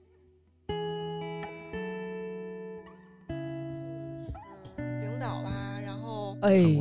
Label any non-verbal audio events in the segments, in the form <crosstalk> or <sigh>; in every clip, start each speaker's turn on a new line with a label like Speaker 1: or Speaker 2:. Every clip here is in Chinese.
Speaker 1: 呃种
Speaker 2: 哎呦，
Speaker 3: 嗯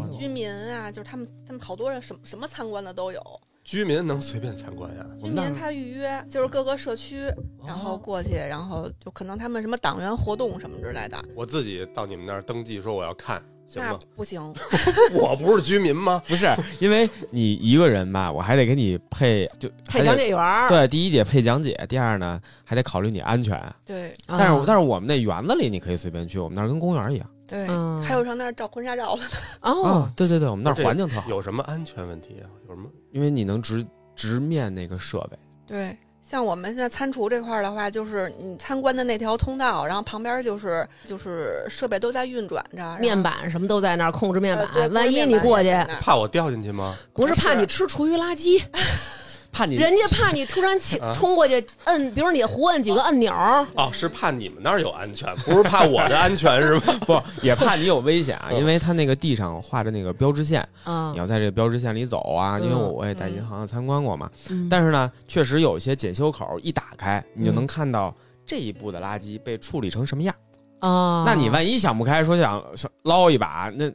Speaker 1: 啊居民啊，就是他们他们好多人什么什么参观的都有。
Speaker 4: 哦
Speaker 3: 居民能随便参观呀？
Speaker 1: 居
Speaker 3: 我们那
Speaker 1: 民
Speaker 3: 儿
Speaker 1: 他预约就是各个社区，
Speaker 4: 哦
Speaker 1: 然后过去，然后就可能他们什么党员活动什么之类的，
Speaker 3: 我自己到你们那儿登记说我要看，行
Speaker 1: 那
Speaker 3: 吗？
Speaker 1: 不
Speaker 4: <laughs>
Speaker 1: 行。
Speaker 3: <laughs> 我不是居民吗？
Speaker 4: 不是因为你一个人吧，我还得给你配就还
Speaker 2: 配
Speaker 4: 得
Speaker 2: 讲解员儿，
Speaker 4: 对，第一姐配讲解，第二呢还得考虑你安全。
Speaker 1: 对
Speaker 2: 啊，
Speaker 4: 但是、但是我们那园子里你可以随便去，我们那儿跟公园一样。啊
Speaker 1: 对，
Speaker 2: 嗯
Speaker 1: 还有上那儿照婚纱照的，
Speaker 2: 哦，
Speaker 4: 对对对，我们那儿
Speaker 3: 这
Speaker 4: 环境特好，
Speaker 3: 有什么安全问题啊？有什么？
Speaker 4: 因为你能直直面那个设备。
Speaker 1: 对。像我们现在餐厨这块儿的话，就是你参观的那条通道，然后旁边就是就是设备都在运转着，
Speaker 4: 嗯
Speaker 1: 然后
Speaker 2: 面板什么都在那儿控制面
Speaker 1: 呃对
Speaker 2: 板，万一你过
Speaker 1: 面板也
Speaker 2: 去
Speaker 1: 在那儿
Speaker 3: 怕我掉进去吗？
Speaker 2: 不是
Speaker 1: 不是
Speaker 2: 怕你吃厨余垃圾，
Speaker 4: 怕你
Speaker 2: 人家怕你突然起
Speaker 3: 啊
Speaker 2: 冲过去摁，比如你胡摁几个按钮儿，
Speaker 3: 哦，是怕你们那儿有安全，不是怕我的安 <laughs> 全是吧？
Speaker 4: 不也怕你有危险啊，
Speaker 3: 嗯
Speaker 4: 因为他那个地上画着那个标志线，
Speaker 2: 啊
Speaker 4: 你，要在这标志线里走啊。因为我
Speaker 2: 嗯
Speaker 4: 我也在银
Speaker 1: 嗯
Speaker 4: 行参观过嘛，
Speaker 2: 嗯
Speaker 4: 但是呢，确实有一些检修口一打开，你就
Speaker 2: 嗯
Speaker 4: 能看到这一步的垃圾被处理成什么样。
Speaker 2: 啊，
Speaker 4: 那你万一想不开，说想想捞一把，那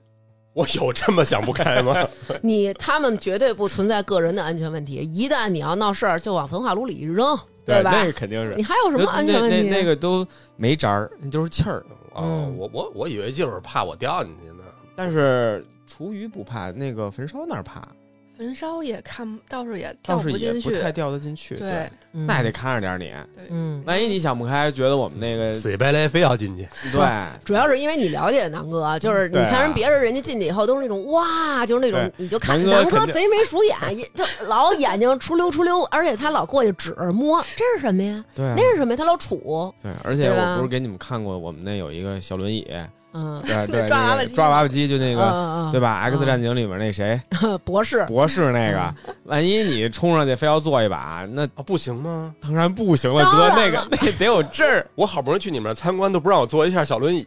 Speaker 3: 我有这么想不开吗？
Speaker 2: 你他们绝对不存在个人的安全问题，一旦你要闹事儿，就往焚化炉里一扔，吧？
Speaker 4: 那个肯定是
Speaker 2: 你还有什么安全问
Speaker 4: 那
Speaker 2: 题？
Speaker 4: 那那个都没辙儿，那就是气儿。
Speaker 3: 哦，我我我以为就是怕我掉进去呢。
Speaker 4: 但是厨余不怕，那个焚烧那儿怕，
Speaker 1: 焚烧也看倒是也掉
Speaker 4: 倒是也
Speaker 1: 进去
Speaker 4: 不，太掉得进去。
Speaker 1: 对，
Speaker 2: 嗯
Speaker 4: 那也得看着点儿你。
Speaker 2: 嗯，
Speaker 4: 万一你想不开，觉得我们那个
Speaker 3: 死乞白赖非要进去，
Speaker 4: 对，
Speaker 2: 主要是因为你了解南哥，就是你
Speaker 4: 对啊
Speaker 2: 看人别人人家进去以后都是那种哇，就是那种
Speaker 4: 对
Speaker 2: 你就看
Speaker 4: 南哥
Speaker 2: 南哥
Speaker 4: 肯定
Speaker 2: 贼眉鼠
Speaker 4: <laughs>
Speaker 2: 眼，也就老眼睛出溜出溜，而且他老过去指摸，这是什么呀？
Speaker 4: 对啊
Speaker 2: 那是什么呀？他老杵，
Speaker 4: 对，而且
Speaker 2: 对吧
Speaker 4: 我不是给你们看过，我们那有一个小轮椅，
Speaker 2: 嗯， <laughs>
Speaker 4: 对对，
Speaker 1: 抓娃娃
Speaker 4: 那个
Speaker 1: 机
Speaker 4: 抓娃娃机，就那个
Speaker 2: 个
Speaker 4: 对吧
Speaker 2: 嗯
Speaker 4: ？X 战警里面那
Speaker 2: <laughs>
Speaker 4: 谁
Speaker 2: 吧？博士，
Speaker 4: 博士那个，
Speaker 2: 嗯
Speaker 4: 万一你冲上去非要坐一把，那
Speaker 3: 啊，不行吗？
Speaker 4: 当然不行了，
Speaker 2: 当
Speaker 4: 哥，
Speaker 2: 然
Speaker 4: 那个
Speaker 2: 了
Speaker 4: <laughs> 那得有证儿。
Speaker 3: 我好不容易去你们那儿参观，都不让我坐一下小轮椅。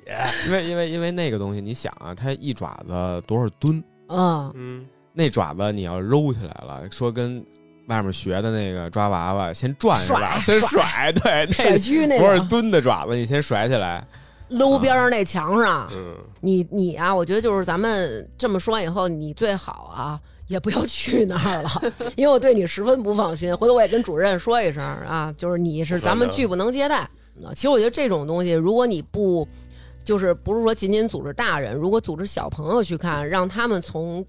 Speaker 4: 因为因为因为那个东西，你想啊，它一爪子多少吨？
Speaker 2: 嗯
Speaker 3: 嗯，
Speaker 4: 那爪子你要揉起来了，说跟外面学的那个抓娃娃，先转是
Speaker 2: 甩
Speaker 4: 吧？先甩，
Speaker 2: <laughs>
Speaker 4: 对，
Speaker 2: 甩
Speaker 4: 那
Speaker 2: 狙那
Speaker 4: 多少
Speaker 2: 个
Speaker 4: 吨的爪子，你先甩起来。
Speaker 2: 搂边上那墙上，
Speaker 3: 嗯，
Speaker 2: 你你啊，我觉得就是咱们这么说完以后，你最好啊也不要去那儿了， <laughs> 因为我对你十分不放心。回头我也跟主任说一声啊，就是你是咱们拒不能接待。那其实我觉得这种东西，如果你不就是不是说仅仅组织大人，如果组织小朋友去看，让他们从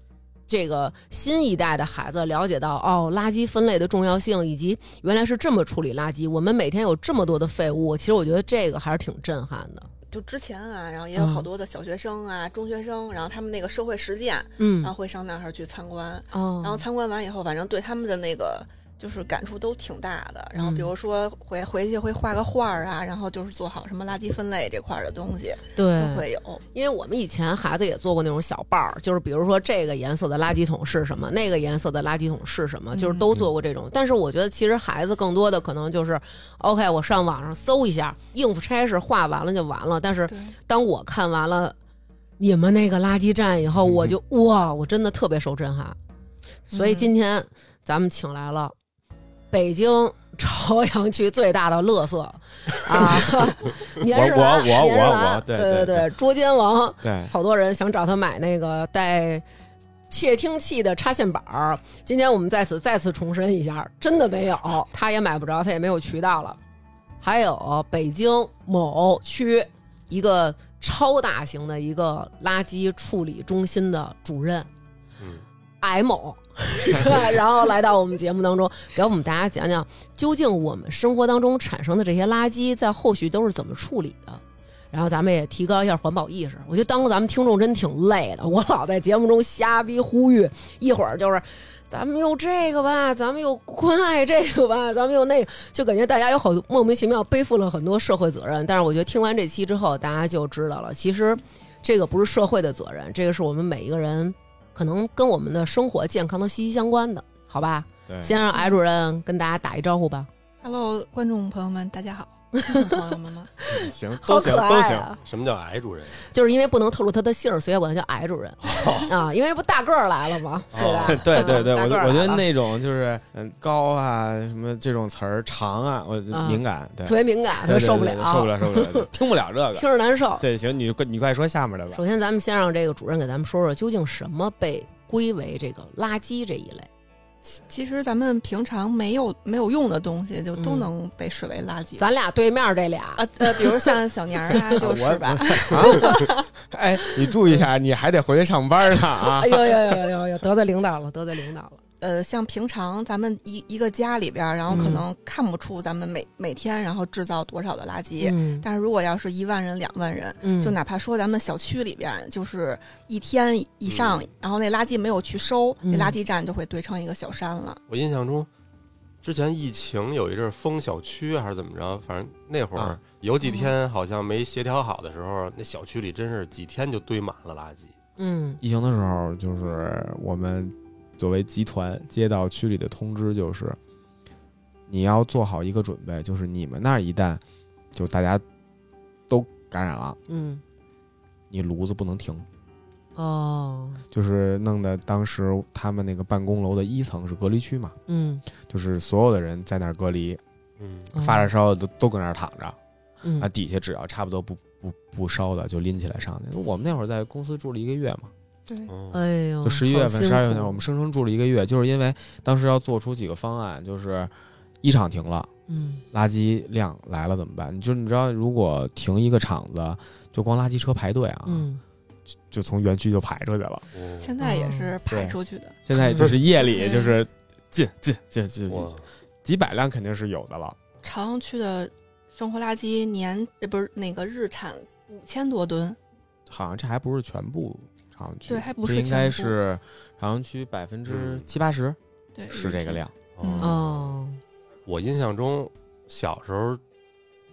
Speaker 2: 这个新一代的孩子了解到哦，垃圾分类的重要性，以及原来是这么处理垃圾。我们每天有这么多的废物，其实我觉得这个还是挺震撼的。
Speaker 1: 就之前啊，然后也有好
Speaker 2: 嗯
Speaker 1: 多的小学生啊、中学生，然后他们那个社会实践，
Speaker 2: 嗯
Speaker 1: 然后，会上那儿去参观，
Speaker 2: 哦
Speaker 1: 哦然后参观完以后，反正对他们的那个就是感触都挺大的。然后
Speaker 2: 嗯
Speaker 1: 比如说回回去会画个画儿啊，然后就是做好什么垃圾分类这块儿的东西
Speaker 2: 对
Speaker 1: 都会有。
Speaker 2: 因为我们以前孩子也做过那种小报儿，就是比如说这个颜色的垃圾桶是什么，那个颜色的垃圾桶是什么，就是都做过这种。但是我觉得其实孩子更多的可能就是，OK，我上网上搜一下，应付差事画完了就完了。但是
Speaker 1: 对，
Speaker 2: 当我看完了你们那个垃圾站以
Speaker 4: 嗯
Speaker 2: 后，我就哇，我真的特别受震撼。所以今天咱们请来了北京朝阳区最大的乐色
Speaker 4: <laughs>
Speaker 2: 啊，年世兰，
Speaker 4: 我我我
Speaker 2: 年世兰
Speaker 4: 我对
Speaker 2: 啊对
Speaker 4: 对对
Speaker 2: 对，捉奸王，
Speaker 4: 对，
Speaker 2: 好多人想找他买那个带窃听器的插线板儿。今天我们在此再次重申一下，真的没有，他也买不着，他也没有渠道了。还有北京某区一个超大型的一个垃圾处理中心的主任，
Speaker 3: 嗯，
Speaker 2: 艾某， <laughs> 然后来到我们节目当中，给我们大家讲讲究竟我们生活当中产生的这些垃圾在后续都是怎么处理的。然后咱们也提高一下环保意识。我觉得当咱们听众真挺累的，我老在节目中瞎逼呼吁，一会儿就是咱们又这个吧，咱们又关爱这个吧，咱们又那个，就感觉大家有好多莫名其妙背负了很多社会责任。但是我觉得听完这期之后，大家就知道了，其实这个不是社会的责任，这个是我们每一个人可能跟我们的生活健康都息息相关的，好吧？
Speaker 4: 对
Speaker 2: 先让艾主任跟大家打一招呼吧。 <laughs>
Speaker 1: Hello，观众朋友们，大家好。是朋友们吗？
Speaker 4: 行，
Speaker 2: 好
Speaker 4: 都行
Speaker 2: 可爱
Speaker 4: 都行
Speaker 2: 啊。
Speaker 3: 什么叫癌主任？
Speaker 2: 就是因为不能透露他的姓儿，所以我管他叫矮主任、
Speaker 4: <laughs>
Speaker 2: 啊，因为这不大个儿来了吗？对吧？
Speaker 4: 对对对，
Speaker 2: 大
Speaker 4: 我就
Speaker 2: 个啊儿
Speaker 4: 我觉
Speaker 2: 来
Speaker 4: 得
Speaker 2: 了
Speaker 4: 那种就是嗯高啊什么这种词儿长啊，我
Speaker 2: 啊
Speaker 4: 敏感，对，
Speaker 2: 特别敏感，特
Speaker 4: 对
Speaker 2: 别啊
Speaker 4: 对
Speaker 2: 受不
Speaker 4: 对
Speaker 2: 了，
Speaker 4: 对受不了，受不了，
Speaker 2: <laughs>
Speaker 4: 对听不了这个。
Speaker 2: 听着难受。
Speaker 4: 对，行，你就你快说下面的吧。
Speaker 2: 首先，咱们先让这个主任给咱们说说，究竟什么被归为这个垃圾这一类？
Speaker 1: 其其实咱们平常没有没有用的东西，就都
Speaker 2: 嗯
Speaker 1: 能被视为垃圾。
Speaker 2: 咱俩对面这俩，
Speaker 1: 啊呃，比如像小年儿啊，
Speaker 2: <laughs>
Speaker 1: 就是吧，
Speaker 4: <laughs> 哎，你注意一下，你还得回去上班呢啊
Speaker 2: <laughs> 哎！呦呦呦呦呦呦，得罪领导了，得罪领导了。
Speaker 1: 呃，像平常咱们一一个家里边儿，然后可
Speaker 2: 嗯
Speaker 1: 能看不出咱们每每天然后制造多少的垃圾，
Speaker 2: 嗯
Speaker 1: 但是如果要是一万人、两万人，
Speaker 2: 嗯
Speaker 1: 就哪怕说咱们小区里边，就是一天以上，
Speaker 3: 嗯
Speaker 1: 然后那垃圾没有去收，那
Speaker 2: 嗯
Speaker 1: 垃圾站就会堆成一个小山了。
Speaker 3: 我印象中，之前疫情有一阵儿封小区啊还是怎么着，反正那会儿
Speaker 4: 啊
Speaker 2: 嗯
Speaker 3: 有几天好像没协调好的时候，那小区里真是几天就堆满了垃圾。
Speaker 2: 嗯
Speaker 4: 疫情的时候，就是我们作为集团接到区里的通知，就是你要做好一个准备，就是你们那儿一旦就大家都感染了，
Speaker 2: 嗯
Speaker 4: 你炉子不能停，
Speaker 2: 哦
Speaker 4: 就是弄得当时他们那个办公楼的一层是隔离区嘛，
Speaker 2: 嗯，
Speaker 4: 就是所有的人在那儿隔离，
Speaker 3: 嗯，
Speaker 2: 哦
Speaker 4: 发着烧的都都搁那儿躺着，
Speaker 2: 嗯
Speaker 4: 啊，底下只要差不多不不不烧的就拎起来上去。我们那会儿在公司住了一个月嘛。
Speaker 1: 对，
Speaker 3: 哦，
Speaker 2: 哎呦，
Speaker 1: 嗯
Speaker 4: 就十一月份、
Speaker 2: 好辛
Speaker 4: 十
Speaker 2: 苦
Speaker 4: 二月份，我们生生住了一个月，就是因为当时要做出几个方案，就是一场停了，
Speaker 2: 嗯
Speaker 4: 垃圾量来了怎么办？你就你知道，如果停一个厂子，就光垃圾车排队啊，
Speaker 2: 嗯，
Speaker 4: 就从园区就排出去了。
Speaker 3: 哦
Speaker 1: 现在也是排出去的。
Speaker 4: 现在
Speaker 1: <laughs>
Speaker 4: 就是夜里
Speaker 1: 对
Speaker 4: 就是进进进进
Speaker 3: 哇
Speaker 4: 进，几百辆肯定是有的了。
Speaker 1: 朝阳区的生活垃圾年，呃，不是那个日产五千多吨，
Speaker 4: 好像这还不是全部朝阳区，
Speaker 1: 对还不
Speaker 4: 这
Speaker 1: 是
Speaker 4: 应该
Speaker 1: 全部
Speaker 4: 是朝阳区百分之
Speaker 3: 嗯
Speaker 4: 七八十
Speaker 1: 对，
Speaker 4: 是这个。量。
Speaker 1: 嗯
Speaker 2: 哦，
Speaker 3: 我印象中小时候，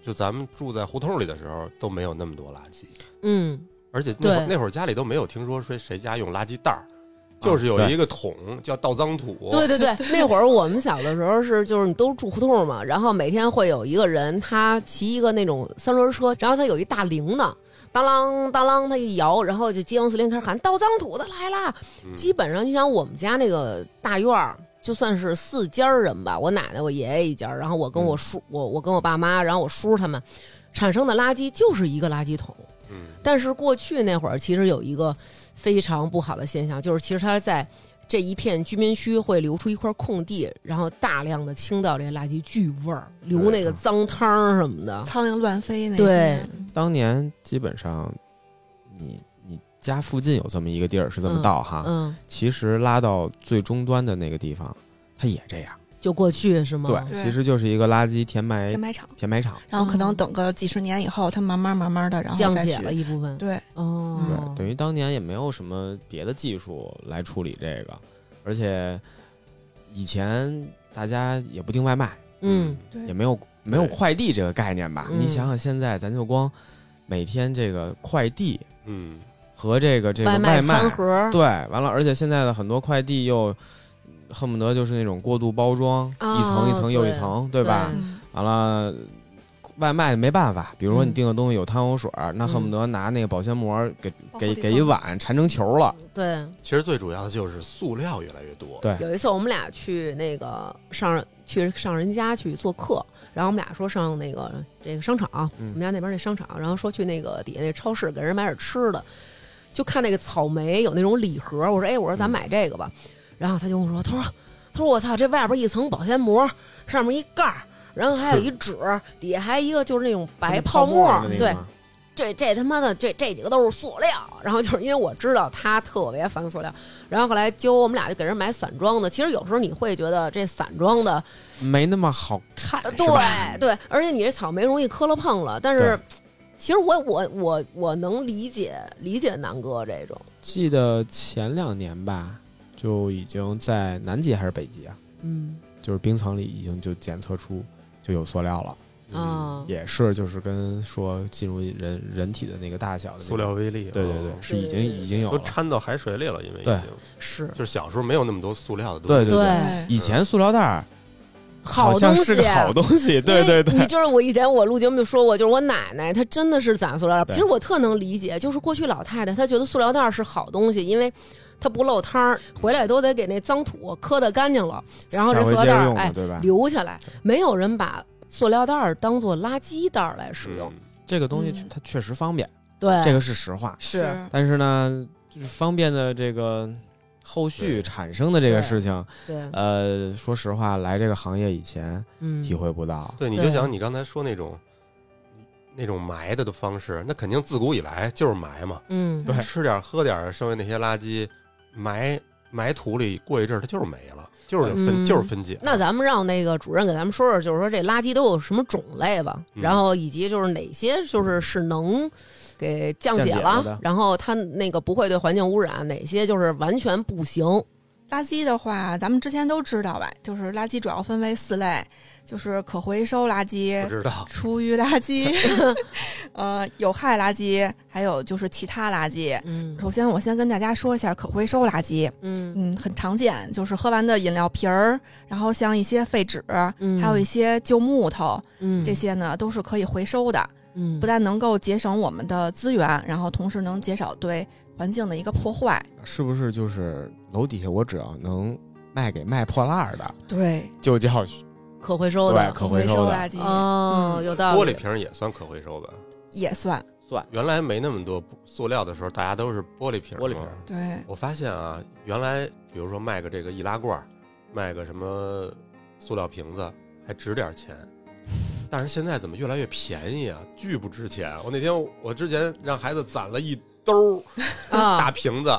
Speaker 3: 就咱们住在胡同里的时候都没有那么多垃圾，
Speaker 2: 嗯
Speaker 3: 而且那会
Speaker 2: 对
Speaker 3: 儿那会儿家里都没有听说谁谁家用垃圾袋儿，就是有
Speaker 4: 对
Speaker 3: 一个桶叫倒脏土，
Speaker 2: 对对对，哦 <laughs> 那会儿我们小的时候是，就是你都住胡同嘛，然后每天会有一个人，他骑一个那种三轮车，然后他有一大铃铛，当啷当啷，他一摇，然后就街坊四邻开始喊倒脏土的来啦。
Speaker 3: 嗯
Speaker 2: 基本上，你想我们家那个大院儿，就算是四家儿人吧，我奶奶、我爷爷一家儿，然后我
Speaker 4: 嗯
Speaker 2: 跟我叔、我我跟我爸妈，然后我叔他们，产生的垃圾就是一个垃圾桶。
Speaker 3: 嗯
Speaker 2: 但是过去那会儿，其实有一个非常不好的现象，就是其实它在这一片居民区会留出一块空地，然后大量的倾倒这些垃圾，巨味儿，留那
Speaker 4: 嗯
Speaker 2: 个脏汤儿什么的。
Speaker 1: 苍蝇乱飞那
Speaker 2: 对
Speaker 1: 些，
Speaker 4: 当年基本上你你家附近有这么一个地儿是这么倒哈，
Speaker 2: 嗯，
Speaker 4: 其实拉到最终端的那个地方，它也这样。
Speaker 2: 就过去是吗？
Speaker 4: 对，
Speaker 1: 对
Speaker 4: 其实就是一个垃圾填埋
Speaker 1: 填埋场。
Speaker 4: 填埋场。
Speaker 1: 然后可能等个几十年以后，它慢慢慢慢的，然后
Speaker 2: 降
Speaker 1: 再
Speaker 2: 解
Speaker 1: 去
Speaker 2: 了一部分。
Speaker 1: 对，
Speaker 4: 对
Speaker 2: 哦，，
Speaker 4: 等于当年也没有什么别的技术来处理这个，而且以前大家也不订外卖，
Speaker 2: 嗯，
Speaker 1: 对
Speaker 4: 也没有没有快递这个概念吧？
Speaker 2: 嗯
Speaker 4: 你想想，现在咱就光每天这个快递
Speaker 3: 嗯，
Speaker 4: 和这个这个
Speaker 2: 外
Speaker 4: 卖
Speaker 2: 餐盒儿。
Speaker 4: 对，完了，而且现在的很多快递又恨不得就是那种过度包装，
Speaker 2: 啊
Speaker 4: 一层一层又一层，对吧？
Speaker 1: 嗯
Speaker 4: 完了，外卖没办法，比如说你
Speaker 2: 嗯
Speaker 4: 订的东西有汤有水儿，那恨不得拿那个保鲜膜儿给、
Speaker 2: 嗯
Speaker 4: 给给一碗缠成球了。
Speaker 2: 对，
Speaker 3: 其实最主要的就是塑料越来越多，
Speaker 4: 对，
Speaker 2: 有一次我们俩去那个上去上人家去做客，然后我们俩说上那个这个商场，啊
Speaker 4: 嗯
Speaker 2: 我们家那边那商场，然后说去那个底下那超市给人买点吃的，就看那个草莓有那种礼盒，我说哎，我说咱
Speaker 4: 嗯
Speaker 2: 买这个吧，然后他就跟我说，他说他说我操，这外边一层保鲜膜，上面一盖儿。然后还有一纸，底下还一个就是那种白泡沫
Speaker 4: 儿
Speaker 2: 儿，
Speaker 4: 的那
Speaker 2: 对
Speaker 4: 个，吗
Speaker 2: 这这他妈的这这几个都是塑料，然后就是因为我知道他特别烦塑料，然后后来揪我们俩就给人买散装的。其实有时候你会觉得这散装的，呃
Speaker 4: 没那么好看，是吧？
Speaker 2: 对对，而且你这草莓容易磕了碰了。但是其实我我我我能理解理解南哥这种，
Speaker 4: 记得前两年吧，就已经在南极还是北极啊，
Speaker 2: 嗯
Speaker 4: 就是冰层里已经就检测出就有塑料了。
Speaker 3: 嗯，
Speaker 2: 啊，
Speaker 4: 也是，就是跟说进入人人体的那个大小的那
Speaker 3: 塑料微粒，
Speaker 4: 对对
Speaker 3: 哦
Speaker 4: 对，是已经
Speaker 2: 对对对
Speaker 4: 已经有
Speaker 3: 都
Speaker 4: 了。
Speaker 3: 掺到海水里了，因为已
Speaker 4: 对
Speaker 3: 经
Speaker 2: 是
Speaker 3: 就是小时候没有那么多塑料的东
Speaker 4: 对
Speaker 3: 西，
Speaker 4: 对
Speaker 2: 对
Speaker 1: 对
Speaker 4: 以前塑料袋儿
Speaker 2: 好东
Speaker 4: 像
Speaker 2: 西
Speaker 4: 是个好东西， <laughs>
Speaker 2: 因
Speaker 4: 对
Speaker 2: 为
Speaker 4: 对对
Speaker 2: 你，就是我以前我录节目就说过，就是我奶奶她真的是攒塑料袋儿。
Speaker 4: 对
Speaker 2: 其实我特能理解，就是过去老太太她觉得塑料袋儿是好东西，因为它不漏汤儿，回来都得给那脏土磕得干净了，然后这
Speaker 4: 下
Speaker 2: 塑料
Speaker 4: 回接
Speaker 2: 袋
Speaker 4: 着
Speaker 2: 儿
Speaker 4: 用嗯
Speaker 2: 哎
Speaker 4: 了，对吧？
Speaker 2: 留下来。没有人把塑料袋儿当做垃圾袋儿来使用，
Speaker 4: 这个东西
Speaker 1: 嗯
Speaker 4: 它确实方便，
Speaker 2: 对，
Speaker 4: 这个是实话。
Speaker 2: 哎是
Speaker 4: 但是呢，就是方便的这个后续
Speaker 3: 对
Speaker 4: 产生的这个
Speaker 2: 对
Speaker 4: 事情，
Speaker 2: 对，
Speaker 4: 呃，说实话，来这个行业以前
Speaker 2: 嗯，
Speaker 4: 体会不到。
Speaker 3: 对，你
Speaker 2: 对
Speaker 3: 就想你刚才说那种那种埋的的方式，那肯定自古以来就是埋嘛，
Speaker 2: 嗯，
Speaker 1: 对
Speaker 3: 吃点儿喝点儿剩下那些垃圾埋埋土里，过一阵儿它就是没了，就是分、
Speaker 2: 嗯
Speaker 3: 就是分解。
Speaker 2: 那咱们让那个主任给咱们说说，就是说这垃圾都有什么种类吧，
Speaker 3: 嗯
Speaker 2: 然后以及就是哪些就是是能给降解
Speaker 4: 降解了的
Speaker 2: 然后它那个不会对环境污染，哪些就是完全不行。
Speaker 1: 垃圾的话，咱们之前都知道吧，就是垃圾主要分为四类，就是可回收垃圾
Speaker 3: 不、知道，
Speaker 1: 厨余垃
Speaker 4: <laughs>
Speaker 1: 圾，呃，有害垃圾，还有就是其他垃圾。
Speaker 2: 嗯
Speaker 1: 首先，我先跟大家说一下可回收垃圾，
Speaker 2: 嗯
Speaker 1: 嗯，很常见，就是喝完的饮料瓶儿，然后像一些废纸，
Speaker 2: 嗯
Speaker 1: 还有一些旧木头，
Speaker 2: 嗯
Speaker 1: 这些呢都是可以回收的，
Speaker 2: 嗯
Speaker 1: 不但能够节省我们的资源，然后同时能减少对环境的一个破坏。
Speaker 4: 是不是就是楼底下我只要能卖给卖破烂儿的，
Speaker 1: 对，
Speaker 4: 就叫
Speaker 2: 可回收的
Speaker 4: 对可
Speaker 1: 回
Speaker 4: 回收的
Speaker 1: 垃圾
Speaker 2: 哦，
Speaker 1: 嗯
Speaker 2: 有道理。
Speaker 3: 玻璃瓶儿也算可回收吧。
Speaker 1: 也算
Speaker 3: 原来没那么多塑料的时候，大家都是玻璃瓶。
Speaker 4: 玻璃瓶儿。
Speaker 1: 对。
Speaker 3: 我发现啊，原来比如说卖个这个易拉罐儿，卖个什么塑料瓶子，还值点儿钱。但是现在怎么越来越便宜啊？巨不值钱！我那天我之前让孩子攒了一兜儿大
Speaker 2: 啊，
Speaker 3: 瓶子，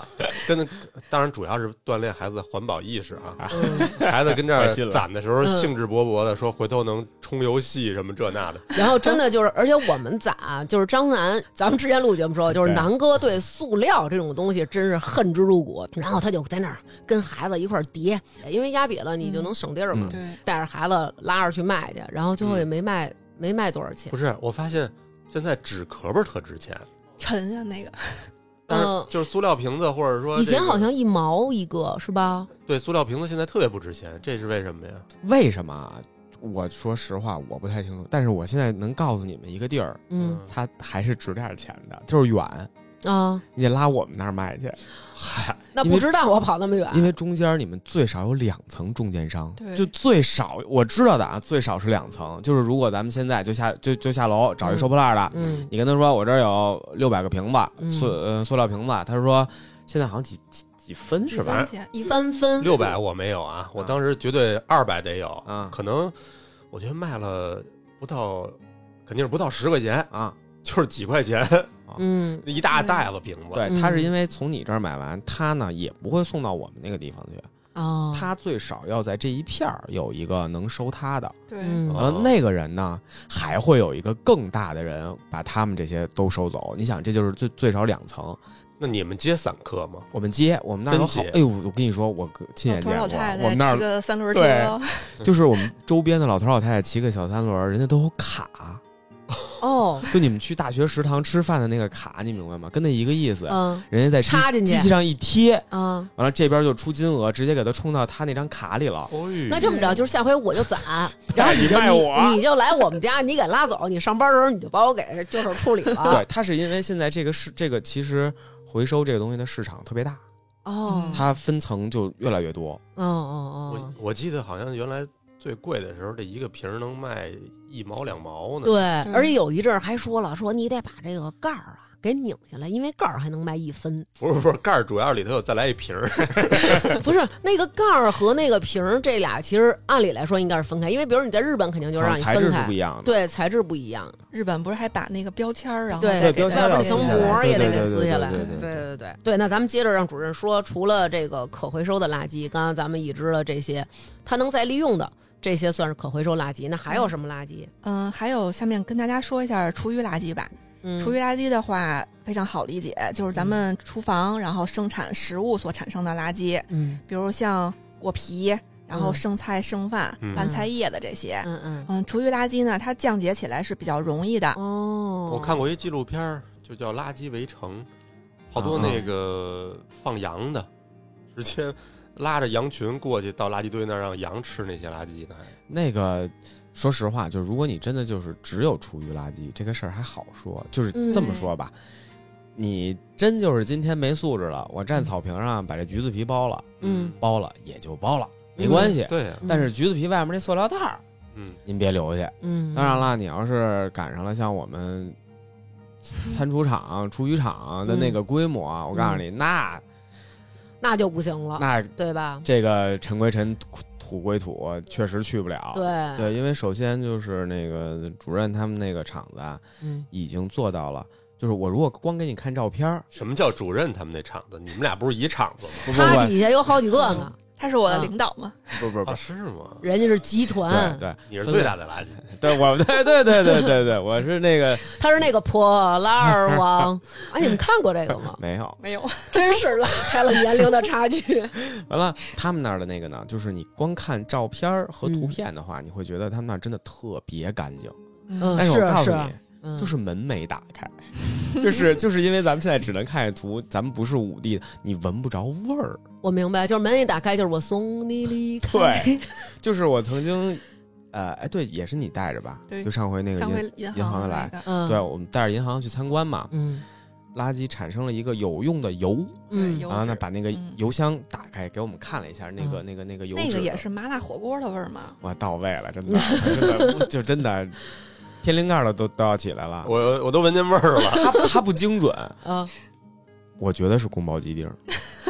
Speaker 3: 跟那当然主要是锻炼孩子的环保意识啊。
Speaker 2: 嗯
Speaker 3: 孩子
Speaker 2: <laughs>
Speaker 3: 跟这儿
Speaker 4: 开心了
Speaker 3: 攒的时候
Speaker 2: 嗯
Speaker 3: 兴致勃勃的说，回头能充游戏什么这那的。
Speaker 2: 然后真的就是，而且我们咋啊就是张楠，咱们之前录节目时候，就是
Speaker 4: 对
Speaker 2: 南哥对塑料这种东西真是恨之入骨，然后他就在那儿跟孩子一块儿叠，因为压瘪了你就能省地儿嘛，
Speaker 4: 嗯
Speaker 1: 对，
Speaker 2: 带着孩子拉着去卖去，然后最后也没卖、没卖多少钱
Speaker 3: 不，是，我发现现在纸壳儿特值钱，
Speaker 1: 沉啊那个，
Speaker 3: 但是
Speaker 2: 嗯
Speaker 3: 就是塑料瓶子或者说
Speaker 2: 以
Speaker 3: 这
Speaker 2: 前
Speaker 3: 个
Speaker 2: 好像一毛一个是吧？
Speaker 3: 对，塑料瓶子现在特别不值钱，这是为什么呀？
Speaker 4: 为什么啊？我说实话，我不太清楚，但是我现在能告诉你们一个地儿，
Speaker 2: 嗯
Speaker 4: 它还是值点儿钱的，就是远，
Speaker 2: 啊，
Speaker 4: 你得拉我们那儿卖去，
Speaker 3: 嗨，
Speaker 2: 那
Speaker 4: 因
Speaker 2: 不
Speaker 4: 为
Speaker 2: 知道我跑那么远，
Speaker 4: 因为中间你们最少有两层中间商
Speaker 1: 对，
Speaker 4: 就最少我知道的啊，最少是两层。就是如果咱们现在就下就就下楼找一收破烂的，
Speaker 2: 嗯
Speaker 4: 你跟他说我这儿有六百个瓶
Speaker 2: 嗯
Speaker 4: 子，塑呃塑料瓶子，他说现在好像几几几分是吧？
Speaker 1: 钱一分
Speaker 2: 三分
Speaker 3: 六百我没有啊，我当时绝对二百得有，
Speaker 4: 嗯
Speaker 3: 可能我觉得卖了不到，肯定是不到十块钱，
Speaker 4: 啊，
Speaker 3: 就是几块钱
Speaker 2: 嗯
Speaker 3: 一大袋子瓶子。
Speaker 4: 对
Speaker 2: 嗯，
Speaker 4: 他是因为从你这儿买完，他呢也不会送到我们那个地方去，
Speaker 2: 哦，
Speaker 4: 他最少要在这一片儿有一个能收他的。
Speaker 1: 对，
Speaker 2: 嗯
Speaker 4: 完了
Speaker 3: 哦，
Speaker 4: 那个人呢，还会有一个更大的人把他们这些都收走。你想，这就是最最少两层。
Speaker 3: 那你们接散客吗？
Speaker 4: 我们接我们那儿有
Speaker 3: 真
Speaker 4: 好
Speaker 3: 接，
Speaker 4: 哎呦，我跟你说，我哥亲眼
Speaker 1: 老头
Speaker 4: 见
Speaker 1: 儿老太
Speaker 4: 过，啊我
Speaker 1: 太
Speaker 4: 们那
Speaker 1: 骑
Speaker 4: 儿
Speaker 1: 个三轮
Speaker 4: 对
Speaker 1: 车，
Speaker 4: 就是我们周边的老头老太太骑个小三轮儿，人家都有卡，
Speaker 2: 哦，
Speaker 4: 就你们去大学食堂吃饭的那个卡，你明白吗？跟那一个意思，
Speaker 2: 嗯
Speaker 4: 人家在机
Speaker 2: 插进去
Speaker 4: 机器上一贴，
Speaker 2: 啊。
Speaker 4: 完了这边就出金额，直接给他充到他那张卡里
Speaker 3: <laughs>
Speaker 4: 了。
Speaker 3: 哦
Speaker 2: 那这么着，就是下回我就攒，然后
Speaker 4: 你
Speaker 2: 就
Speaker 4: 卖我
Speaker 2: 你，你就来我们家，你给拉走，你上班的时候你就把我给就手处理了。
Speaker 4: 对，他是因为现在这个市，这个其实回收这个东西的市场特别大，
Speaker 2: 哦，
Speaker 1: 嗯
Speaker 4: 它分层就越来越多。
Speaker 2: 哦哦
Speaker 3: 我我记得好像原来最贵的时候，这一个瓶儿能卖一毛两毛
Speaker 2: 哦，
Speaker 3: 呢。
Speaker 2: 对，
Speaker 4: 嗯
Speaker 1: 对
Speaker 2: 而且有一阵儿还说了，说你得把这个盖儿啊给拧下来，因为盖儿还能卖一分。
Speaker 3: 不是不是，盖儿主要是里头有再来一瓶儿。
Speaker 2: 不是那个盖儿和那个瓶儿这俩，其实按理来说应该是分开，因为比如你在日本肯定就
Speaker 4: 好
Speaker 2: 让
Speaker 4: 像
Speaker 2: 你
Speaker 4: 材质
Speaker 2: 分
Speaker 4: 是
Speaker 2: 开
Speaker 4: 不，一样的。
Speaker 2: 对，材质不一样，
Speaker 1: 日本不是还把那个标签儿，然后
Speaker 2: 对
Speaker 1: 再给
Speaker 4: 标签儿
Speaker 1: 它
Speaker 4: 要
Speaker 2: 外
Speaker 1: 切
Speaker 4: 撕
Speaker 2: 层
Speaker 1: 下
Speaker 4: 下
Speaker 1: 来
Speaker 2: 膜
Speaker 4: 来
Speaker 2: 也得
Speaker 4: 对
Speaker 2: 给
Speaker 4: 对
Speaker 2: 撕
Speaker 4: 对
Speaker 2: 下
Speaker 4: 对
Speaker 2: 来。
Speaker 4: 对
Speaker 1: 对
Speaker 2: 对对对对，那咱们接着让主任说，除了这个可回收的垃圾，刚刚咱们已知了这些，它能再利用的这些算是可回收垃圾，那还有什么垃圾？
Speaker 1: 嗯，还有下面跟大家说一下厨余垃圾吧。
Speaker 2: 嗯，
Speaker 1: 厨余垃圾的话非常好理解，就是
Speaker 4: 嗯
Speaker 1: 咱们厨房然后生产食物所产生的垃圾，
Speaker 2: 嗯
Speaker 1: 比如像果皮，然后剩菜剩饭、
Speaker 3: 嗯
Speaker 1: 烂菜叶子这些。
Speaker 2: 嗯嗯
Speaker 1: 嗯，厨余垃圾呢，它降解起来是比较容易的。
Speaker 2: 哦，
Speaker 3: 我看过一纪录片儿，就叫《垃圾围城》，好多
Speaker 4: 啊
Speaker 3: 那个放羊的，直接拉着羊群过去到垃圾堆那儿让羊吃那些垃圾呢。
Speaker 4: 那个，说实话，就如果你真的就是只有厨余垃圾这个事儿还好说，就是
Speaker 2: 嗯
Speaker 4: 这么说吧，你真就是今天没素质了，我站草坪上把这橘子皮剥了，
Speaker 2: 嗯，
Speaker 4: 剥了也就剥了，没关系。
Speaker 3: 对呀、啊
Speaker 2: 嗯
Speaker 4: 但是橘子皮外面那塑料袋儿，
Speaker 3: 嗯，
Speaker 4: 您别留下。
Speaker 2: 嗯，
Speaker 4: 当然了，你要是赶上了像
Speaker 2: <laughs>
Speaker 4: 我们餐厨场、厨余场的那
Speaker 2: 嗯
Speaker 4: 个规模，我告诉你，那
Speaker 2: 那就不行了，
Speaker 4: 那
Speaker 2: 对吧？
Speaker 4: 这个尘归尘，土土归土，确实去不了。
Speaker 2: 对
Speaker 4: 对，因为首先就是那个主任他们那个厂子啊，
Speaker 2: 嗯，
Speaker 4: 已经做到了。就是我如果光给你看照片儿，
Speaker 3: 什么叫主任他们那厂子？你们俩不是一厂子吗？
Speaker 4: 不不
Speaker 2: 他
Speaker 4: 不嗯
Speaker 2: 底下有好几个呢，
Speaker 1: 他是我的
Speaker 2: 啊
Speaker 1: 领导嘛，
Speaker 4: 不不
Speaker 3: 啊，
Speaker 4: 不，
Speaker 3: 是吗？
Speaker 2: 人家是集团
Speaker 4: 对，对
Speaker 3: 你是最大的垃圾。
Speaker 4: 对，我对对对对对对，我是
Speaker 2: <laughs>
Speaker 4: 那个？
Speaker 2: 他是那个破烂儿王。哎，你们看过这个吗
Speaker 4: <laughs> 没有。
Speaker 1: 没有，
Speaker 2: <laughs> 真是拉开了年龄的差
Speaker 1: <laughs>
Speaker 2: 距。
Speaker 4: 完了，他们那儿的那个呢，就是你光看照片儿和
Speaker 2: 嗯
Speaker 4: 图片的话，你会觉得他们那儿真的特别干净。
Speaker 2: 嗯
Speaker 4: 但是
Speaker 2: 是
Speaker 4: 哎
Speaker 1: 啊
Speaker 4: 我告诉
Speaker 2: 是
Speaker 4: 你，
Speaker 2: 嗯
Speaker 4: 就是门没打开， <laughs> 就是就是因为咱们现在只能看见图，咱们不是五 D，的你闻不着味儿。
Speaker 2: 我明白，就是门一打开，就是我送你离开。
Speaker 4: 对， <laughs> 就是我曾经，呃，哎，对，也是你带着吧？
Speaker 1: 对
Speaker 4: 就上回那个
Speaker 1: 上回
Speaker 4: 银，
Speaker 1: 银
Speaker 4: 银行
Speaker 1: 的
Speaker 4: 来
Speaker 1: 那个，
Speaker 2: 嗯，
Speaker 4: 对，我们带着银行去参观嘛，
Speaker 2: 嗯
Speaker 4: 垃圾产生了一个有用的油，
Speaker 2: 嗯，
Speaker 1: 有油
Speaker 4: 然后呢，
Speaker 1: 脂
Speaker 4: 把那个
Speaker 1: 嗯
Speaker 4: 油箱打开，给我们看了一下那个那个那个油
Speaker 1: 那
Speaker 4: 脂
Speaker 1: 个
Speaker 4: 的，
Speaker 1: 也是麻辣火锅的味儿嘛。
Speaker 4: 哇，到位了，真的， <laughs> 真的就真的。天灵盖儿了都都要起来了，
Speaker 3: 我我都闻见味儿了。
Speaker 4: 它它不精准，
Speaker 2: 啊，
Speaker 4: 我觉得是宫保鸡丁儿，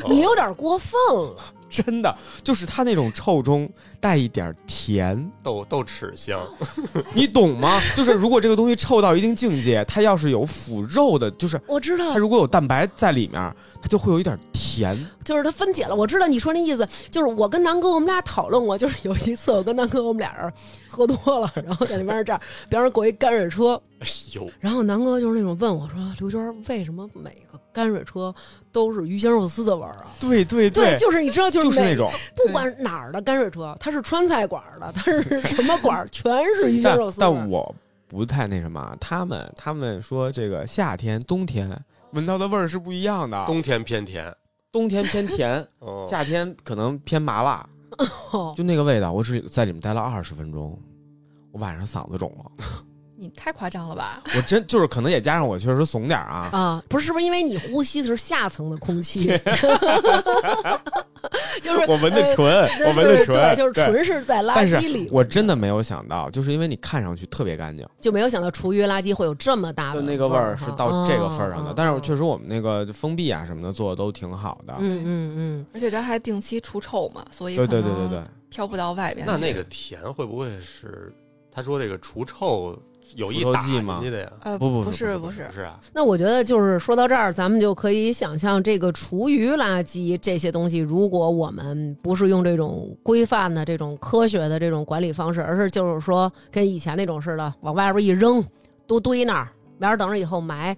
Speaker 2: 你有点过分了。
Speaker 4: 真的就是它那种臭中带一点儿甜，
Speaker 3: 豆豆豉香， <laughs>
Speaker 4: 你懂吗？就是如果这个东西臭到一定境界，它要是有腐肉的，就是
Speaker 2: 我知道
Speaker 4: 它，如果有蛋白在里面，它就会有一点甜。
Speaker 2: 就是他分解了。我知道你说那意思，就是我跟南哥我们俩讨论过，就是有一次我跟南哥我们俩人喝多了，然后在那边儿这儿，别人过一干水车，
Speaker 3: 哎呦，
Speaker 2: 然后南哥就是那种问我说：“刘娟儿，为什么每个泔水车都是鱼香肉丝的味儿啊
Speaker 4: 对对？”
Speaker 2: 就是你知道，就是
Speaker 4: 就是
Speaker 2: 每
Speaker 4: 那种。
Speaker 2: 不管哪儿的泔水车，它是川菜馆儿的，它是什么馆儿，全是鱼香
Speaker 4: 但
Speaker 2: 肉丝味儿。
Speaker 4: 但我不太那什么，他们他们说这个夏天、冬天闻到的味儿是不一样的，
Speaker 3: 冬天偏甜。
Speaker 4: 冬天偏甜，
Speaker 3: 哦，
Speaker 4: 夏天可能偏麻辣，
Speaker 2: 哦
Speaker 4: 就那个味道。我只在里面待了二十分钟，我晚上嗓子肿了。 <laughs>
Speaker 1: 你太夸张了
Speaker 2: <laughs>
Speaker 1: 吧？
Speaker 4: 我真就是可能也加上我确实怂点儿啊，
Speaker 2: 啊，不是，是不是因为你呼吸的是下层的空气？ <laughs> 就是
Speaker 4: <laughs> 我闻的
Speaker 2: 呃
Speaker 4: 纯，我闻的
Speaker 2: 对
Speaker 4: 纯，
Speaker 2: 对，就是
Speaker 4: 对
Speaker 2: 纯是在垃
Speaker 4: 但是
Speaker 2: 圾里。
Speaker 4: 我真的没有想到，就是因为你看上去特别干净，
Speaker 2: 就没有想到厨余垃圾会有这么大
Speaker 4: 就
Speaker 2: 的啊
Speaker 4: 那个味儿是到这个份儿上的。但是确
Speaker 2: 实，
Speaker 4: 实我们那个封闭啊什么的做的都挺好的，
Speaker 2: 嗯嗯嗯，
Speaker 1: 而且它还定期除臭嘛，所以
Speaker 4: 对对
Speaker 1: 可
Speaker 4: 对
Speaker 1: 能
Speaker 4: 对对，
Speaker 1: 飘不到外边。
Speaker 3: 那那个甜会不会是他说这个除臭有意
Speaker 4: 除臭
Speaker 3: 打
Speaker 4: 剂吗
Speaker 3: 人家的呀？
Speaker 1: 呃
Speaker 4: 不不
Speaker 1: 不
Speaker 4: 不
Speaker 1: 是
Speaker 4: 不
Speaker 1: 是
Speaker 3: 不，是啊，
Speaker 2: 那我觉得就是说到这儿，咱们就可以想象，这个厨余垃圾这些东西，如果我们不是用这种规范的、这种科学的这种管理方式，而是就是说跟以前那种似的，往外边一扔，都堆那儿，明儿等着以后埋。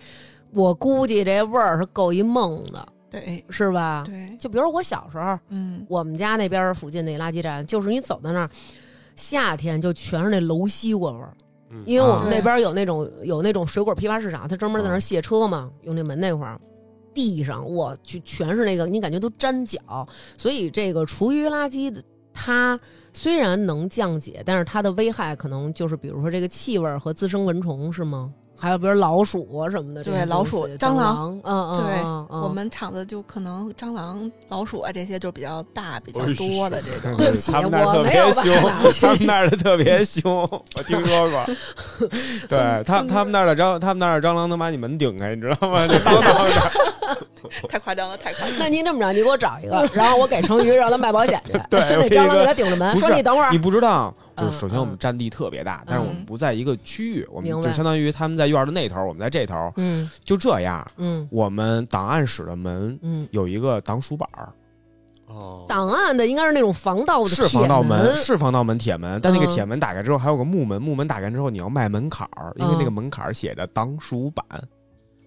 Speaker 2: 我估计这味儿是够一梦的，
Speaker 1: 对
Speaker 2: 是吧？
Speaker 1: 对，
Speaker 2: 就比如我小时候，
Speaker 1: 嗯，
Speaker 2: 我们家那边附近那垃圾站，就是你走到那儿，夏天就全是那楼西瓜味儿。
Speaker 3: 嗯
Speaker 2: 因为我们
Speaker 1: 啊
Speaker 2: 那边有那种有那种水果批发市场，他专门
Speaker 4: 嗯
Speaker 2: 在那儿卸车嘛，用那门那块儿，地上我去全是那个，你感觉都粘脚，所以这个厨余垃圾的它虽然能降解，但是它的危害可能就是比如说这个气味儿和滋生蚊虫是吗？还有比如老鼠啊什么的，
Speaker 1: 对
Speaker 2: 这些东西
Speaker 1: 老鼠
Speaker 2: 蟑
Speaker 1: 蟑
Speaker 2: 螂，嗯嗯，
Speaker 1: 对
Speaker 2: 嗯嗯
Speaker 1: 我们厂子就可能蟑螂、老鼠啊这些就比较大、比较
Speaker 3: 哎呦
Speaker 1: 多的
Speaker 2: <laughs>
Speaker 1: 这种。
Speaker 2: <laughs> 对不起
Speaker 4: <laughs> 他们那儿特别
Speaker 2: 我没有办法
Speaker 4: 凶，
Speaker 2: 去
Speaker 4: 他们那儿的特别
Speaker 2: <laughs>
Speaker 4: 凶，我听说过。对他他们那儿的蟑，他们那儿的蟑螂能把你门顶开，你知道吗？就
Speaker 3: <laughs>
Speaker 4: 多到这儿
Speaker 1: 太夸张了，太夸张了。
Speaker 2: 那您这么着，你给我找一个，然后我给成鱼让他卖保险去，
Speaker 4: 对
Speaker 2: <laughs> 那
Speaker 4: 我跟
Speaker 2: 蟑
Speaker 4: 你
Speaker 2: 螂
Speaker 4: 说
Speaker 2: 给他顶着门，
Speaker 4: 不
Speaker 2: 说
Speaker 4: 是
Speaker 2: 你等会儿
Speaker 4: 你，不知道，
Speaker 2: 嗯
Speaker 4: 就是首先我们
Speaker 2: 嗯
Speaker 4: 占地特别大，但是我们
Speaker 1: 嗯
Speaker 4: 不在一个区域，我们
Speaker 2: 明白
Speaker 4: 就相当于他们在院儿的那头，我们在这头，
Speaker 2: 嗯
Speaker 4: 就这样。
Speaker 2: 嗯
Speaker 4: 我们档案室的门
Speaker 2: 嗯，
Speaker 4: 有一个挡鼠板儿，
Speaker 3: 哦，
Speaker 2: 档案的应哦该是那种防盗的
Speaker 4: 是
Speaker 2: 铁
Speaker 4: 防盗是防盗门，铁门。但那个
Speaker 2: 嗯
Speaker 4: 铁门打开之后，还有个木门，木门打开之后你要迈门槛儿，因为
Speaker 2: 嗯
Speaker 4: 那个门槛儿写着挡鼠板。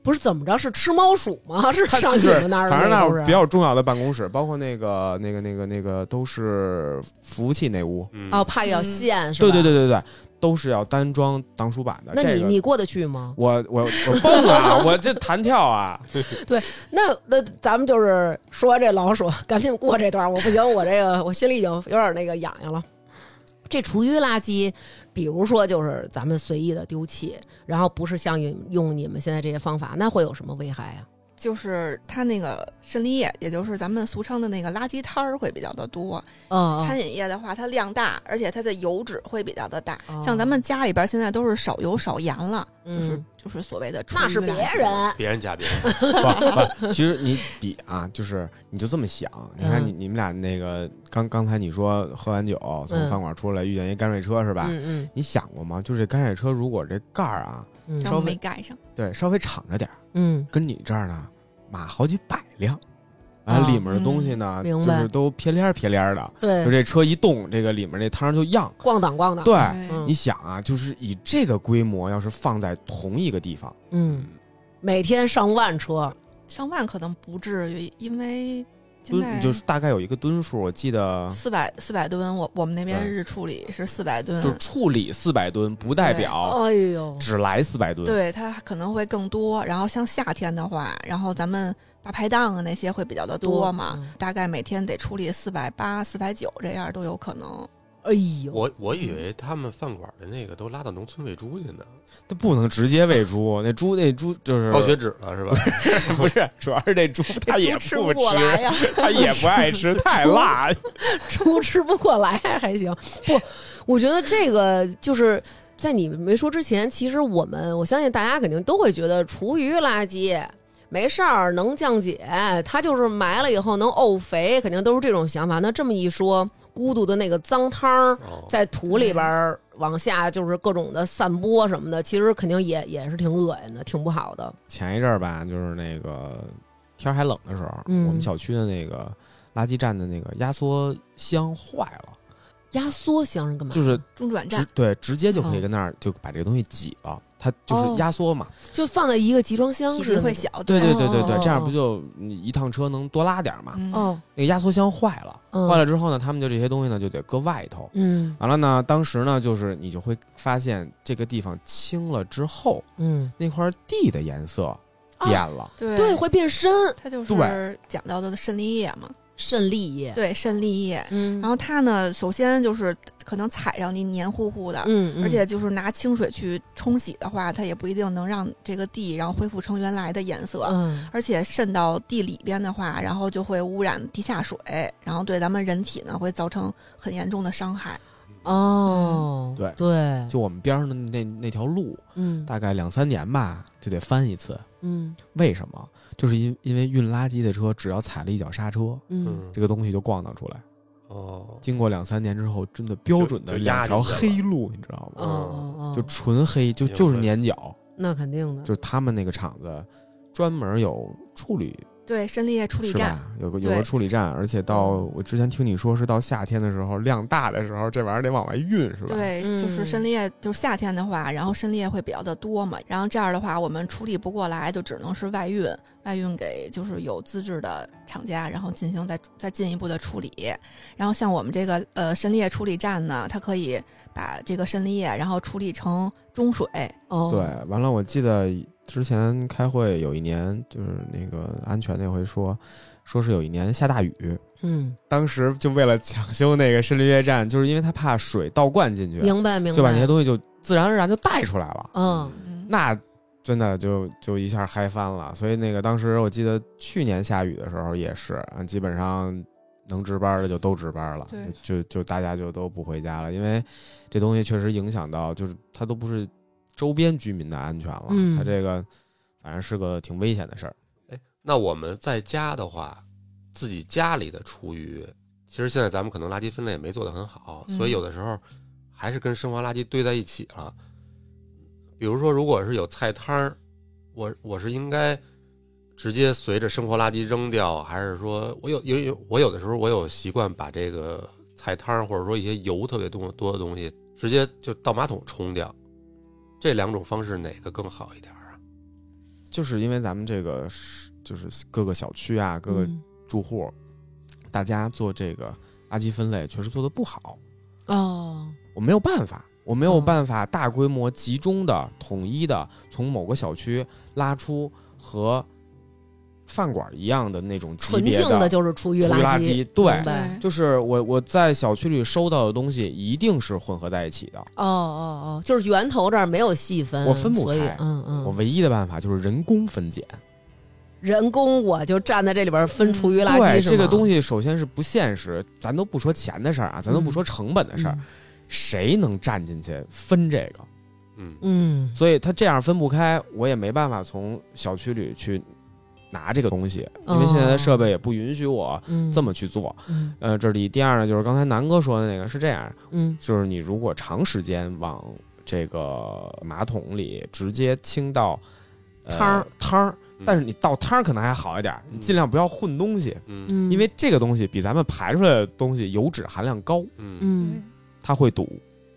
Speaker 2: 不是怎么着？是吃猫鼠
Speaker 4: <laughs>
Speaker 2: 吗？是
Speaker 4: 他
Speaker 2: 上
Speaker 4: 就
Speaker 2: 你
Speaker 4: 是
Speaker 2: 们那儿的啊
Speaker 4: 反正那
Speaker 2: 那
Speaker 4: 儿
Speaker 2: 种
Speaker 4: 比较重要的办公室，包括那个、那个、那个、那个，都是服务器那屋。
Speaker 3: 嗯
Speaker 2: 哦，怕有线是吧？
Speaker 4: 对对对对对，都是要单装挡鼠板的。
Speaker 2: 那
Speaker 4: 这
Speaker 2: 你
Speaker 4: 个
Speaker 2: 你过得去吗？
Speaker 4: 我我我蹦啊，我这弹跳啊，
Speaker 2: 那那咱们就是说完这老鼠，赶紧过这段，我不行，我这个我心里已经有点那个痒痒了。这厨余垃圾，比如说就是咱们随意的丢弃，然后不是像用用你们现在这些方法，那会有什么危害啊？
Speaker 1: 就是它那个渗利业，也就是咱们俗称的那个垃圾摊儿会比较的多。
Speaker 4: 哦
Speaker 2: 嗯，
Speaker 1: 餐饮业的话，它量大，而且它的油脂会比较的大。
Speaker 2: 哦
Speaker 1: 像咱们家里边现在都是少油少盐了，
Speaker 2: 嗯
Speaker 1: 就是就是所谓的厨余
Speaker 2: 那是别
Speaker 1: 垃圾
Speaker 2: 人，
Speaker 3: 别人家别人家，
Speaker 4: <laughs> 不不，其实你比啊，就是你就这么想，你看
Speaker 2: 嗯
Speaker 4: 你你们俩那个刚刚才你说喝完酒从
Speaker 2: 嗯
Speaker 4: 饭馆出来遇见一干水车是吧？
Speaker 2: 嗯
Speaker 4: 你想过吗？就是这干水车如果这盖儿啊，
Speaker 2: 嗯
Speaker 1: 然
Speaker 4: 稍
Speaker 1: 后
Speaker 4: 微
Speaker 1: 没盖上。
Speaker 4: 对，稍微敞着点儿，
Speaker 2: 嗯
Speaker 4: 跟你这儿呢码好几百辆，完了
Speaker 2: 啊
Speaker 4: 里面的东西呢，
Speaker 2: 嗯
Speaker 4: 就
Speaker 2: 明白
Speaker 4: 是都撇帘撇帘的，
Speaker 2: 嗯，
Speaker 4: 就
Speaker 2: 对，
Speaker 4: 这车一动，这个里面那汤就漾。
Speaker 2: 逛荡逛荡，
Speaker 4: 对，
Speaker 1: 嗯
Speaker 4: 你想啊，就是以这个规模，要是放在同一个地方，
Speaker 2: 嗯，每天上万车，
Speaker 1: 上万可能不至于，因为现在
Speaker 4: 吨就是大概有一个吨数，我记得
Speaker 2: 嗯
Speaker 1: 四百四百吨，我我们那边
Speaker 4: 对
Speaker 1: 日处理是四百吨
Speaker 4: 就，处理四百吨，不代表
Speaker 2: 哎呦，
Speaker 4: 只来四百吨。
Speaker 1: 对它可能会更多。然后像夏天的话，然后咱们大排档啊那些会比较的多嘛，
Speaker 2: 多嗯
Speaker 1: 大概每天得处理四百八、四百九这样都有可能。
Speaker 2: 哎呦，
Speaker 3: 我我以为他们饭馆的那个都拉到农村喂猪去呢，
Speaker 4: 那不能直接喂猪，那猪那猪就是
Speaker 3: 高血脂了是吧？
Speaker 4: 不是，主要是这猪它也
Speaker 2: 猪
Speaker 4: 不
Speaker 2: 吃不过来 <laughs> 呀，
Speaker 4: 它也不爱吃，
Speaker 2: <laughs>
Speaker 4: 太辣。
Speaker 2: 猪吃不过来 <laughs> 还行。不，我觉得这个就是在你没说之前，其实我们我相信大家肯定都会觉得厨余垃圾。没事儿，能降解，它就是埋了以后能沤肥，肯定都是这种想法。那这么一说，孤独的那个脏汤儿
Speaker 3: 哦，
Speaker 2: 在土里边儿往下就是各种的散播什么的，其实肯定也也是挺恶心的，挺不好的。
Speaker 4: 前一阵儿吧，就是那个天儿还冷的时候，
Speaker 2: 嗯
Speaker 4: 我们小区的那个垃圾站的那个压缩箱坏了，
Speaker 2: 压缩箱是干嘛？
Speaker 4: 就是
Speaker 1: 中转
Speaker 4: 直
Speaker 1: 站
Speaker 4: 对直接就可以
Speaker 2: 哦
Speaker 4: 跟那儿就把这个东西挤了，它就
Speaker 2: 哦
Speaker 4: 是压缩嘛。
Speaker 2: 就放在一个集装箱
Speaker 1: 体
Speaker 2: 似
Speaker 1: 积
Speaker 2: 的那
Speaker 1: 会
Speaker 2: 种，
Speaker 1: 小，
Speaker 4: 对对
Speaker 1: 吧
Speaker 4: 对对
Speaker 2: 哦哦
Speaker 4: 对
Speaker 2: 哦，
Speaker 4: 这样不就你一趟车能多拉点儿嘛？
Speaker 1: 嗯
Speaker 2: 哦，
Speaker 4: 那个压缩箱坏了，
Speaker 2: 嗯
Speaker 4: 坏了之后呢，他们就这些东西呢就得搁外头。
Speaker 2: 嗯
Speaker 4: 完了呢，当时呢，就是你就会发现这个地方清了之后，
Speaker 2: 嗯，
Speaker 4: 那块地的颜色
Speaker 2: 啊
Speaker 4: 变了。
Speaker 1: 对
Speaker 2: 对，会变深，
Speaker 1: 它就
Speaker 4: 对
Speaker 1: 是讲到的渗利液嘛，
Speaker 2: 渗利液，
Speaker 1: 对渗利液。
Speaker 2: 嗯
Speaker 1: 然后它呢，首先就是可能踩上去黏糊糊的，
Speaker 2: 嗯，
Speaker 1: 而且就是拿清水去冲洗的话，它也不一定能让这个地然后恢复成原来的颜色。
Speaker 2: 嗯
Speaker 1: 而且渗到地里边的话，然后就会污染地下水，然后对咱们人体呢会造成很严重的伤害。
Speaker 2: 哦，
Speaker 4: 对
Speaker 2: 对，
Speaker 4: 就我们边上的那那条路，
Speaker 2: 嗯
Speaker 4: 大概两三年吧，就得翻一次。
Speaker 2: 嗯
Speaker 4: 为什么？就是因因为运垃圾的车只要踩了一脚刹车，
Speaker 2: 嗯，
Speaker 3: 嗯
Speaker 4: 这个东西就逛荡出来。
Speaker 3: 哦，
Speaker 4: 经过两三年之后，真的标准的
Speaker 3: 就就压
Speaker 4: 两条
Speaker 3: 进去了
Speaker 4: 黑路，你知道
Speaker 2: 哦
Speaker 4: 吗？
Speaker 2: 哦哦，
Speaker 4: 嗯就纯黑，就
Speaker 3: 明白
Speaker 4: 就是粘脚，
Speaker 2: 那肯定的，
Speaker 4: 就是他们那个厂子专门有处理，
Speaker 1: 对，渗利液处理
Speaker 4: 是
Speaker 1: 站，
Speaker 4: 吧？有个有个
Speaker 1: 对嗯
Speaker 4: 处理站，而且到我之前听你说是到夏天的时候，量大的时候，这玩意儿得往外运，是吧？
Speaker 1: 对，
Speaker 2: 嗯
Speaker 1: 就是渗利液，就是夏天的话，然后渗利液会比较的多嘛，然后这样的话，我们处理不过来，就只能是外运，外运给就是有资质的厂家，然后进行再再进一步的处理。然后像我们这个呃渗利液处理站呢，它可以把这个渗利液然后处理成中水，
Speaker 2: 哦，
Speaker 4: 对，完了，我记得之前开会有一年，就是那个安全那回说，说是有一年下大雨，
Speaker 2: 嗯，
Speaker 4: 当时就为了抢修那个渗利液站，就是因为他怕水倒灌进去，
Speaker 2: 明白明白，
Speaker 4: 就把那些东西就自然而然就带出来了。
Speaker 2: 嗯
Speaker 1: 嗯，
Speaker 4: 那真的就就一下嗨翻了，所以那个当时我记得去年下雨的时候也是，啊基本上能值班的就都值班了
Speaker 1: 对，
Speaker 4: 就就大家就都不回家了，因为这东西确实影响到，就是它都不是周边居民的安全了，
Speaker 2: 嗯
Speaker 4: 它这个反正是个挺危险的事儿。
Speaker 3: 那我们在家的话，自己家里的厨余，其实现在咱们可能垃圾分类也没做得很好，
Speaker 1: 嗯
Speaker 3: 所以有的时候还是跟生活垃圾堆在一起了。比如说，如果是有菜摊儿，我我是应该直接随着生活垃圾扔掉，还是说我有有有我有的时候我有习惯把这个菜摊儿或者说一些油特别多多的东西直接就倒马桶冲掉，这两种方式哪个更好一点儿啊？
Speaker 4: 就是因为咱们这个是就是各个小区啊，各个
Speaker 2: 嗯
Speaker 4: 住户，大家做这个垃圾分类确实做得不好，
Speaker 2: 哦，
Speaker 4: 我没有办法，我没有
Speaker 2: 嗯
Speaker 4: 办法大规模、集中的、统一的从某个小区拉出和饭馆一样的那种级
Speaker 2: 纯
Speaker 4: 别
Speaker 2: 净
Speaker 4: 的
Speaker 2: 就是厨余
Speaker 4: 厨余垃
Speaker 2: 圾，
Speaker 4: 对
Speaker 2: 明，白
Speaker 4: 就是我我在小区里收到的东西一定是混合在一起的。
Speaker 2: 哦哦哦，就是源头这儿没有细分，
Speaker 4: 我分不
Speaker 2: 所以
Speaker 4: 开
Speaker 2: 嗯
Speaker 4: 我
Speaker 2: 嗯，
Speaker 4: 唯一的办法就是人工分拣。
Speaker 2: 人工我就站在这里边分
Speaker 1: 嗯
Speaker 2: 厨余垃圾，
Speaker 4: 对，
Speaker 2: 是
Speaker 4: 这个
Speaker 2: 吗
Speaker 4: 东西首先是不现实，咱都不说钱的事儿啊，咱都
Speaker 2: 嗯
Speaker 4: 不说成本的事儿，
Speaker 2: 嗯
Speaker 4: 谁能站进去分这个？
Speaker 3: 嗯，
Speaker 2: 嗯，
Speaker 4: 所以他这样分不开，我也没办法从小区里去拿这个东西，因为现在的设备也不允许我
Speaker 2: 哦嗯
Speaker 4: 这么去做。
Speaker 2: 嗯
Speaker 4: 呃，这里第二呢，就是刚才南哥说的那个是这样，
Speaker 2: 嗯
Speaker 4: 就是你如果长时间往这个马桶里直接倾倒、呃、
Speaker 2: 汤儿
Speaker 4: 汤儿，
Speaker 3: 嗯
Speaker 4: 但是你倒汤儿可能还好一点儿，你尽量不要混东西，
Speaker 3: 嗯
Speaker 2: 嗯，
Speaker 4: 因为这个东西比咱们排出来的东西油脂含量高，
Speaker 3: 嗯，
Speaker 2: 嗯
Speaker 4: 它会堵。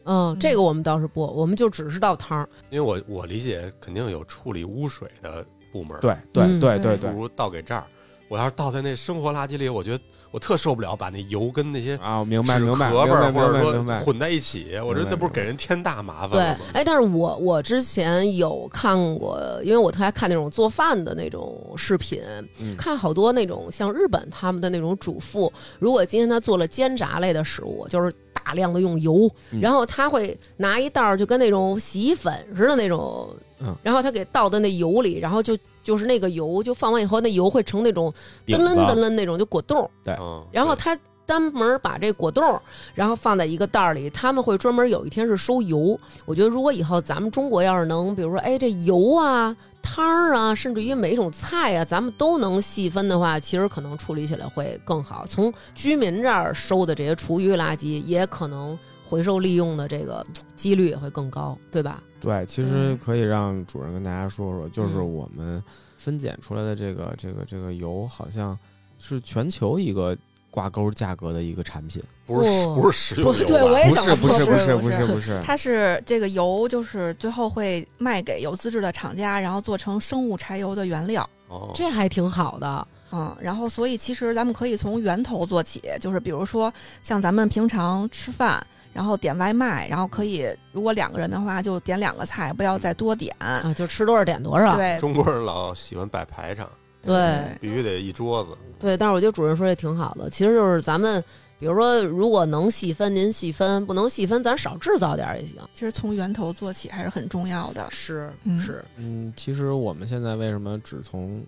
Speaker 2: 嗯，这个我们倒是不，我们就只是倒汤儿，
Speaker 3: 因为我我理解肯定有处理污水的部门，，
Speaker 4: 对对
Speaker 2: 嗯
Speaker 4: 对
Speaker 1: 对
Speaker 4: 对
Speaker 3: 不
Speaker 4: 对
Speaker 3: 如倒给这儿。我要是倒在那生活垃圾里，我觉得我特受不了，把那油跟那些
Speaker 4: 啊，我明白
Speaker 3: 纸
Speaker 4: 明
Speaker 3: 壳
Speaker 4: 白
Speaker 3: 儿
Speaker 4: 明白
Speaker 3: 或
Speaker 4: 明
Speaker 3: 者
Speaker 4: 白
Speaker 3: 说
Speaker 4: 明白。
Speaker 3: 混在一起，我觉得那不是给人添大麻烦
Speaker 2: 对
Speaker 3: 了吗？，
Speaker 2: 哎，但是我我之前有看过，因为我特爱看那种做饭的那种视频，
Speaker 4: 嗯
Speaker 2: 看好多那种像日本他们的那种主妇，如果今天她做了煎炸类的食物，就是大量的用油，
Speaker 4: 嗯
Speaker 2: 然后她会拿一袋儿就跟那种洗衣粉似的那种，
Speaker 4: 嗯
Speaker 2: 然后她给倒到那油里，然后就就是那个油就放完以后，那油会成那种
Speaker 4: 饼
Speaker 2: 噔
Speaker 4: 子啊
Speaker 2: 楞噔楞那种就果冻儿，
Speaker 3: 嗯，
Speaker 2: 然后他单门把这果冻儿，然后放在一个袋儿里，他们会专门有一天是收油。我觉得如果以后咱们中国要是能，比如说，哎，这油啊、汤儿啊，甚至于每一种菜啊，咱们都能细分的话，其实可能处理起来会更好。从居民这儿收的这些厨余垃圾，也可能回收利用的这个几率也会更高，对吧？
Speaker 4: 对，其实
Speaker 1: 嗯
Speaker 4: 可以让主任跟大家说说，就是
Speaker 2: 嗯
Speaker 4: 我们分拣出来的这个这个这个油，好像是全球一个挂钩价格的一个产品。
Speaker 3: 不是
Speaker 2: 不
Speaker 3: 不是食用油吧，
Speaker 2: 对我也
Speaker 4: 不
Speaker 2: 想
Speaker 4: 是不
Speaker 2: 说
Speaker 4: 是
Speaker 1: 不
Speaker 4: 是
Speaker 1: 是
Speaker 4: 不
Speaker 1: 不是
Speaker 4: 不
Speaker 3: 嗯
Speaker 4: 是，
Speaker 1: 它是这个油，就是最后会卖给有资质的厂家，然后做成生物柴油的原料。
Speaker 3: 哦
Speaker 2: 这还挺好的，
Speaker 1: 嗯，然后所以其实咱们可以从源头做起，就是比如说像咱们平常吃饭，然后点外卖，然后可以如果两个人的话就点两个菜，不要再多点。
Speaker 2: 啊，就吃多少点多少。
Speaker 1: 对
Speaker 3: 中国人老喜欢摆排场，
Speaker 2: 对
Speaker 3: 必须得一桌子。
Speaker 2: 对，但是我觉得主任说也挺好的，其实就是咱们，比如说如果能细分，您细分；不能细分，咱少制造点儿也行。
Speaker 1: 其实从源头做起还是很重要的。
Speaker 2: 是
Speaker 1: 嗯
Speaker 2: 是，
Speaker 4: 嗯，其实我们现在为什么只从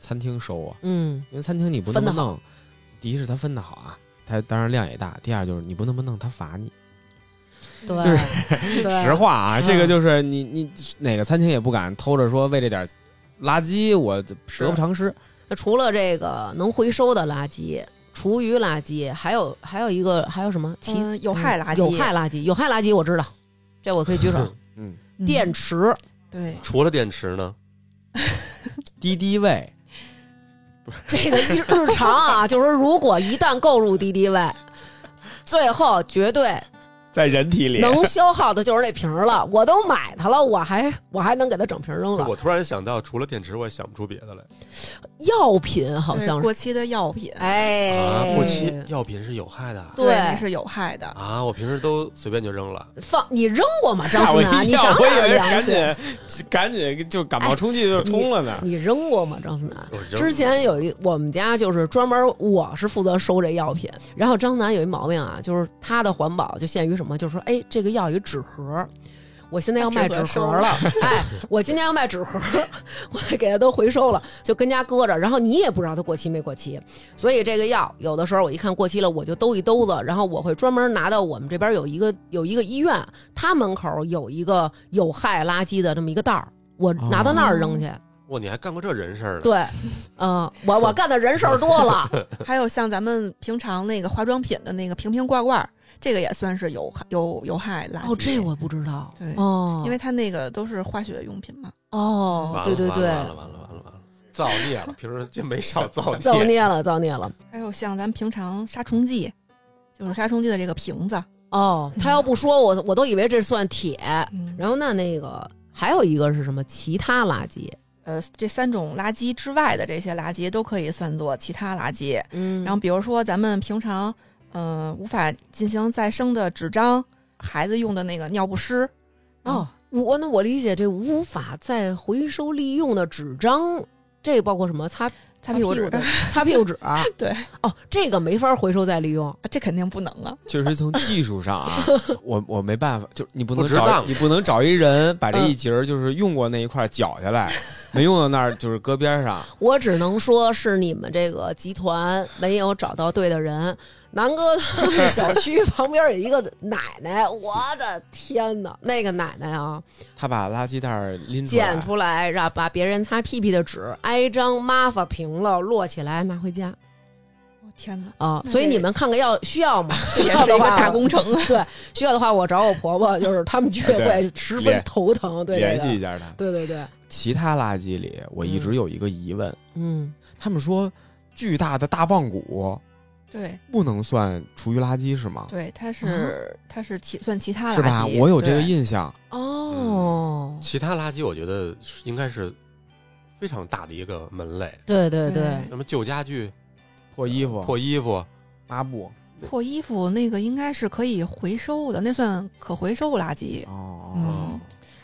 Speaker 4: 餐厅收啊？
Speaker 2: 嗯
Speaker 4: 因为餐厅你不那么
Speaker 2: 分得
Speaker 4: 弄，第一是它分的好啊，它当然量也大；第二就是你不那么弄，它罚你。
Speaker 2: 对，
Speaker 4: 就是
Speaker 2: 对
Speaker 4: 实话啊，
Speaker 2: 嗯
Speaker 4: 这个就是你你哪个餐厅也不敢偷着说为这点垃圾我得不偿失。
Speaker 2: 那除了这个能回收的垃圾、厨余垃圾，还有还有一个还有什么？其
Speaker 1: 嗯有害垃圾
Speaker 2: 有害垃圾，有害垃圾我知道，这我可以
Speaker 1: <laughs>
Speaker 2: 举手。
Speaker 4: 嗯，
Speaker 1: 嗯
Speaker 2: 电池，
Speaker 1: 对，
Speaker 3: 除了电池呢，
Speaker 4: 敌敌畏
Speaker 2: 这个一日常啊，就是说如果一旦购入敌敌畏，最后绝对
Speaker 4: 在人体里
Speaker 2: 能消耗的就是那瓶儿了。我都买它了，我还我还能给它整瓶扔了
Speaker 3: 我。突然想到，除了电池，我也想不出别的来。
Speaker 2: 药品好
Speaker 1: 对
Speaker 2: 像是，
Speaker 1: 过期的药品，
Speaker 2: 哎，
Speaker 3: 啊，过期药品是有害的
Speaker 1: 对，那
Speaker 2: 对
Speaker 1: 是有害的。
Speaker 3: 啊！我平时都随便就扔了。
Speaker 2: 放你扔过吗？张
Speaker 4: <laughs> 吓我
Speaker 2: 思楠，
Speaker 4: 一
Speaker 2: 你
Speaker 4: 跳
Speaker 2: 长，
Speaker 4: 我
Speaker 2: 点
Speaker 4: 以为
Speaker 2: 良
Speaker 4: 赶
Speaker 2: 心。
Speaker 4: 紧赶紧 <laughs> 就感冒冲剂就冲了呢。
Speaker 2: 哎你扔过吗，张思楠？
Speaker 3: 我扔
Speaker 2: 之前有一我们家就是专门我是负责收这药品，然后张思楠有一毛病啊，就是他的环保就限于什么，就是说哎这个要有一纸盒，我现在要卖啊纸盒了，哎我今天要卖纸盒， <laughs> 我还给他都回收了，就跟家搁着，然后你也不知道它过期没过期，所以这个药有的时候我一看过期了，我就兜一兜子，然后我会专门拿到我们这边有一个有一个医院，他门口有一个有害垃圾的这么一个袋儿，我拿到那儿扔去。
Speaker 3: 哇，你还干过这人事儿呢？
Speaker 2: 对，嗯、我我干的人事儿多 <laughs> 了，
Speaker 1: 还有像咱们平常那个化妆品的那个瓶瓶罐罐，这个也算是有害有有害垃圾。
Speaker 2: 哦，这我不知道，
Speaker 1: 对
Speaker 2: 哦，
Speaker 1: 因为它那个都是化学用品嘛。
Speaker 3: 完
Speaker 2: 哦
Speaker 3: 了，，
Speaker 2: 对对对，
Speaker 3: 完了完了完了完了完了，造孽了！平时就没少造孽。
Speaker 2: 造孽了，造孽了，
Speaker 1: 还有像咱们平常杀虫剂，就是杀虫剂的这个瓶子，
Speaker 2: 哦，他要不说我我都以为这算铁，
Speaker 1: 嗯，
Speaker 2: 然后那那个还有一个是什么其他垃圾，
Speaker 1: 呃，这三种垃圾之外的这些垃圾都可以算作其他垃圾。
Speaker 2: 嗯
Speaker 1: 然后比如说咱们平常，呃，无法进行再生的纸张，孩子用的那个尿不湿，啊
Speaker 2: 哦，我那我理解这无法再回收利用的纸张，这包括什么擦
Speaker 1: 擦屁股纸，啊
Speaker 2: 的擦屁股 <laughs> 纸，
Speaker 1: 对，
Speaker 2: 哦，这个没法回收再利用，
Speaker 1: 这肯定不能啊。
Speaker 4: 就是从技术
Speaker 2: <laughs>
Speaker 4: 上啊，我我没办法，就是你不
Speaker 3: 不
Speaker 4: 能
Speaker 3: 值
Speaker 4: 找
Speaker 3: 当
Speaker 4: 你不能找一人把这
Speaker 2: 嗯
Speaker 4: 一节儿就是用过那一块儿绞
Speaker 2: <laughs>
Speaker 4: 下来，没用到那儿就是搁边上。
Speaker 2: 我只能说是你们这个集团没有找到对的人。南哥他们小区旁边有一个奶奶，我的天哪！ <laughs> 那个奶奶啊，
Speaker 4: 他把垃圾袋儿拎出来
Speaker 2: 捡，出来让把别人擦屁屁的纸挨张抹发平了，摞起来拿回家
Speaker 1: 我哦天哪，
Speaker 2: 啊。
Speaker 1: 那
Speaker 2: 所以
Speaker 1: 这
Speaker 2: 你们看看要需要 <laughs> 吗？
Speaker 1: 这也
Speaker 2: 需要
Speaker 1: 是
Speaker 2: 的
Speaker 1: 一个
Speaker 2: 话
Speaker 1: 大工程啊。
Speaker 2: 需要的话，我找我婆婆，就是他们居委会十分
Speaker 4: 联
Speaker 2: 头疼。对
Speaker 4: 联
Speaker 2: 这
Speaker 4: 系
Speaker 2: 个，
Speaker 4: 一下他。
Speaker 2: 对对对，
Speaker 4: 其他垃圾里，我一直有一个疑问，
Speaker 2: 嗯，
Speaker 4: 他们说巨大的大棒骨
Speaker 1: <laughs> 对
Speaker 4: 不能算厨余垃圾是吗？
Speaker 1: 对，它是它是其算其他垃圾
Speaker 4: 啊是吧？我有这个
Speaker 1: 对
Speaker 4: 印象。
Speaker 2: 哦，
Speaker 3: 其他垃圾我觉得是应该是非常大的一个门类，
Speaker 2: 对对
Speaker 1: 对
Speaker 2: 对，
Speaker 3: 什么旧家具、
Speaker 4: 破衣服、
Speaker 3: 破衣服，
Speaker 4: 抹布，
Speaker 1: 破衣服那个应该是可以回收的，那算可回收垃圾。
Speaker 4: 哦，
Speaker 1: 嗯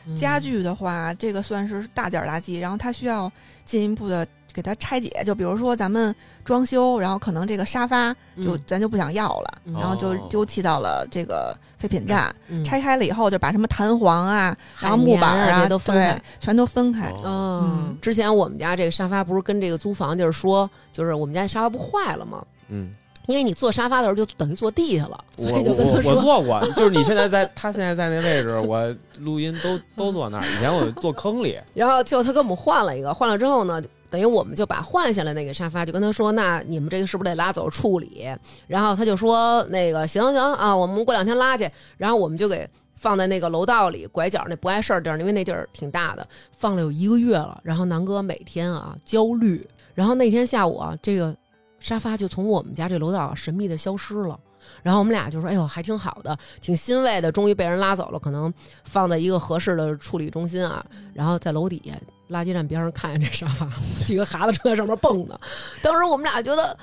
Speaker 2: 嗯
Speaker 1: 家具的话，这个算是大件儿垃圾，然后它需要进一步的给它拆解。就比如说咱们装修，然后可能这个沙发就、
Speaker 2: 嗯
Speaker 1: 咱就不想要了，
Speaker 2: 嗯
Speaker 1: 然后就
Speaker 3: 哦
Speaker 1: 丢弃到了这个废品站。
Speaker 2: 嗯
Speaker 1: 拆开了以后，就把什么弹簧啊，然后
Speaker 2: 海
Speaker 1: 木
Speaker 2: 绵
Speaker 1: 板儿
Speaker 2: 啊这
Speaker 1: 啊，
Speaker 2: 都分开
Speaker 1: 对，全都分开。
Speaker 3: 哦
Speaker 2: 嗯，
Speaker 1: 嗯
Speaker 2: 之前我们家这个沙发不是跟这个租房地儿说，就是我们家沙发不坏了吗？
Speaker 4: 嗯，
Speaker 2: 因为你坐沙发的时候就等于坐地下了，
Speaker 4: 我
Speaker 2: 所以就跟
Speaker 4: 我
Speaker 2: 他
Speaker 4: 我
Speaker 2: 说，
Speaker 4: 坐过，就是你现在在他现在在那位置，我录音都都坐那儿。以前我坐坑里，
Speaker 2: 然后就他给我们换了一个，换了之后呢，就等于我们就把换下来那个沙发就跟他说，那你们这个是不是得拉走处理？然后他就说那个行行啊，我们过两天拉去，然后我们就给。放在那个楼道里拐角那不碍事儿地儿，因为那地儿挺大的，放了有一个月了。然后南哥每天啊焦虑，然后那天下午啊，这个沙发就从我们家这楼道啊神秘的消失了。然后我们俩就说：“哎呦，还挺好的，挺欣慰的，终于被人拉走了。可能放在一个合适的处理中心啊。”然后在楼底下垃圾站边上看见这沙发， <laughs> 几个孩子正在上面蹦呢。当时我们俩觉得，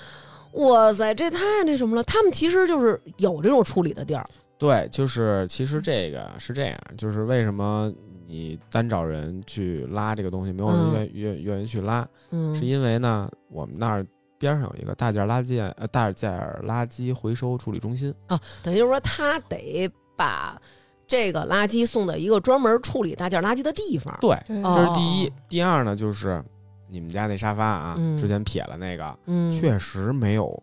Speaker 2: 哇塞，这太那什么了。他们其实就是有这种处理的地儿，
Speaker 4: <laughs> 对，就是其实这个是这样，就是为什么你单找人去拉这个东西，没有人
Speaker 2: 嗯
Speaker 4: 愿愿愿意去拉，
Speaker 2: 嗯，
Speaker 4: 是因为呢，我们那儿边上有一个大件垃圾呃大件垃圾回收处理中心，
Speaker 2: 等于就是说他得把这个垃圾送到一个专门处理大件垃圾的地方。
Speaker 4: 对，
Speaker 1: 对
Speaker 2: 哦
Speaker 4: 这是第一。第二呢，就是你们家那沙发啊，
Speaker 2: 嗯
Speaker 4: 之前撇了那个，
Speaker 2: 嗯，
Speaker 4: 确实没有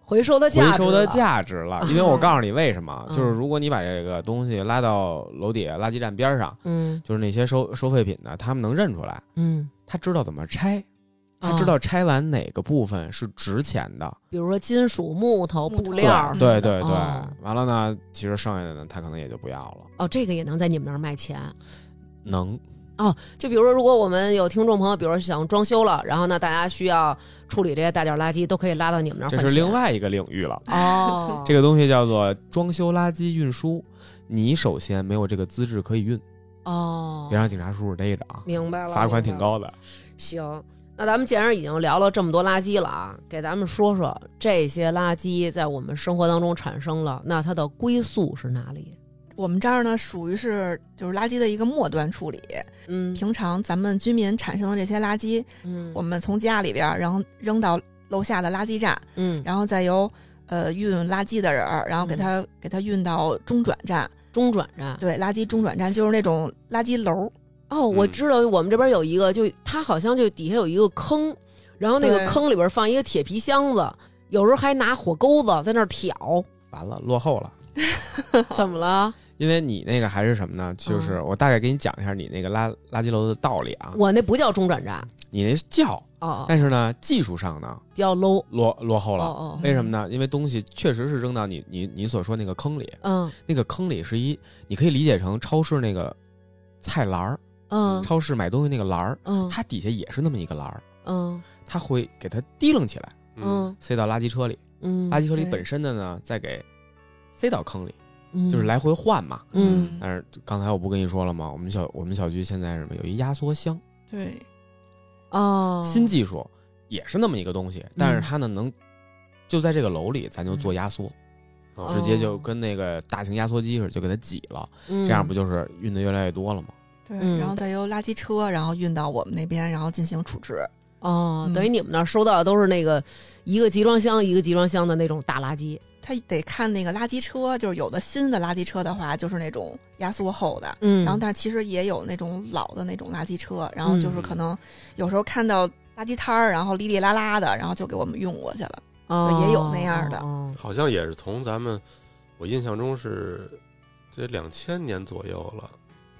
Speaker 2: 回收的价
Speaker 4: 回
Speaker 2: 值
Speaker 4: 收的
Speaker 2: 了
Speaker 4: 价值了。因为
Speaker 1: 嗯
Speaker 4: 我告诉你为
Speaker 2: <laughs>
Speaker 4: 什么，
Speaker 2: 嗯
Speaker 4: 就是如果你把这个东西拉到楼底下垃圾站边上，
Speaker 2: 嗯
Speaker 4: 就是那些收收废品的，他们能认出来，
Speaker 2: 嗯，
Speaker 4: 他知道怎么拆，他
Speaker 2: 啊
Speaker 4: 知道拆完哪个部分是值钱的。
Speaker 2: 比如说金属、木头、
Speaker 1: 木头
Speaker 2: 布
Speaker 1: 这
Speaker 2: 料
Speaker 1: 样
Speaker 2: 儿
Speaker 1: 嗯
Speaker 4: 对对对
Speaker 2: 哦，
Speaker 4: 完了呢，其实剩下的呢，他可能也就不要了。
Speaker 2: 哦，这个也能在你们那儿卖钱。
Speaker 4: 能，
Speaker 2: 就比如说，如果我们有听众朋友，比如说想装修了，然后呢，大家需要处理这些大件垃圾，都可以拉到你们那儿
Speaker 4: 这
Speaker 2: 换钱。
Speaker 4: 是另外一个领域了。
Speaker 2: 哦，
Speaker 4: 这个东西叫做装修垃圾运输，你首先没有这个资质可以运，
Speaker 2: 哦，
Speaker 4: 别让警察叔叔逮着啊，
Speaker 2: 明白了，
Speaker 4: 罚款
Speaker 2: 明
Speaker 4: 挺
Speaker 2: 白了。
Speaker 4: 高的。
Speaker 2: 行，那咱们既然已经聊了这么多垃圾了啊，给咱们说说这些垃圾在我们生活当中产生了，那它的归宿是哪里？
Speaker 1: 我们这儿呢，属于是就是垃圾的一个末端处理。
Speaker 2: 嗯，
Speaker 1: 平常咱们居民产生的这些垃圾，
Speaker 2: 嗯
Speaker 1: 我们从家里边儿，然后扔到楼下的垃圾站，
Speaker 2: 嗯
Speaker 1: 然后再由呃运垃圾的人儿，然后给他、给他运到中转站。
Speaker 2: 中转站
Speaker 1: 对，垃圾中转站就是那种垃圾楼儿，
Speaker 2: 哦，我
Speaker 3: 嗯
Speaker 2: 知道我们这边有一个，就它好像就底下有一个坑，然后那个
Speaker 1: 对
Speaker 2: 坑里边放一个铁皮箱子，有时候还拿火钩子在那儿挑，
Speaker 4: 完了，落后了。
Speaker 2: 怎么了？
Speaker 4: 因为你那个还是什么呢？就是我大概给你讲一下你那个垃垃圾楼的道理啊。
Speaker 2: 嗯我那不叫中转站
Speaker 4: 你那叫，
Speaker 2: 哦，哦
Speaker 4: 但是呢，技术上呢
Speaker 2: 比较 low
Speaker 4: 落落后
Speaker 2: 哦
Speaker 4: 了。
Speaker 2: 哦，
Speaker 4: 为什么呢？因为东西确实是扔到你你你所说那个坑里，
Speaker 2: 嗯
Speaker 4: 那个坑里是一，你可以理解成超市那个菜篮儿，
Speaker 2: 嗯
Speaker 4: 超市买东西那个篮儿，
Speaker 2: 嗯
Speaker 4: 它底下也是那么一个篮儿，
Speaker 2: 嗯
Speaker 4: 它会给它提楞起来，
Speaker 2: 嗯
Speaker 4: 塞到垃圾车里，
Speaker 2: 嗯，
Speaker 4: 垃圾车里
Speaker 1: 对
Speaker 4: 本身的呢再给塞到坑里，
Speaker 2: 嗯
Speaker 4: 就是来回换嘛。
Speaker 2: <laughs> 嗯
Speaker 4: 但是刚才我不跟你说了吗？我们小我们小区现在是什么有一压缩箱，
Speaker 1: 对，
Speaker 2: 哦嗯
Speaker 4: 新技术也是那么一个东西，但是它呢能就在这个楼里，咱就做压缩，
Speaker 3: 嗯
Speaker 4: 直接就跟那个大型压缩机似的，就给它挤了，
Speaker 2: 这
Speaker 4: 这样不就是运的越来越多了吗？
Speaker 1: 对，
Speaker 2: 嗯
Speaker 1: 然后再由垃圾车，然后运到我们那边，然后进行处置。
Speaker 2: 哦，
Speaker 1: 嗯
Speaker 2: 等于你们那儿收到的都是那个一个集装箱一个集装箱的那种大垃圾。
Speaker 1: 它得看那个垃圾车，就是有的新的垃圾车的话，就是那种压缩后的，
Speaker 2: 嗯
Speaker 1: 然后但是其实也有那种老的那种垃圾车，然后
Speaker 3: 嗯
Speaker 1: 就是可能有时候看到垃圾摊儿，然后哩哩啦啦的，然后就给我们运过去了。
Speaker 2: 哦
Speaker 1: 也有那样的，
Speaker 2: 哦
Speaker 3: 好像也是从咱们，我印象中是这两千年左右了，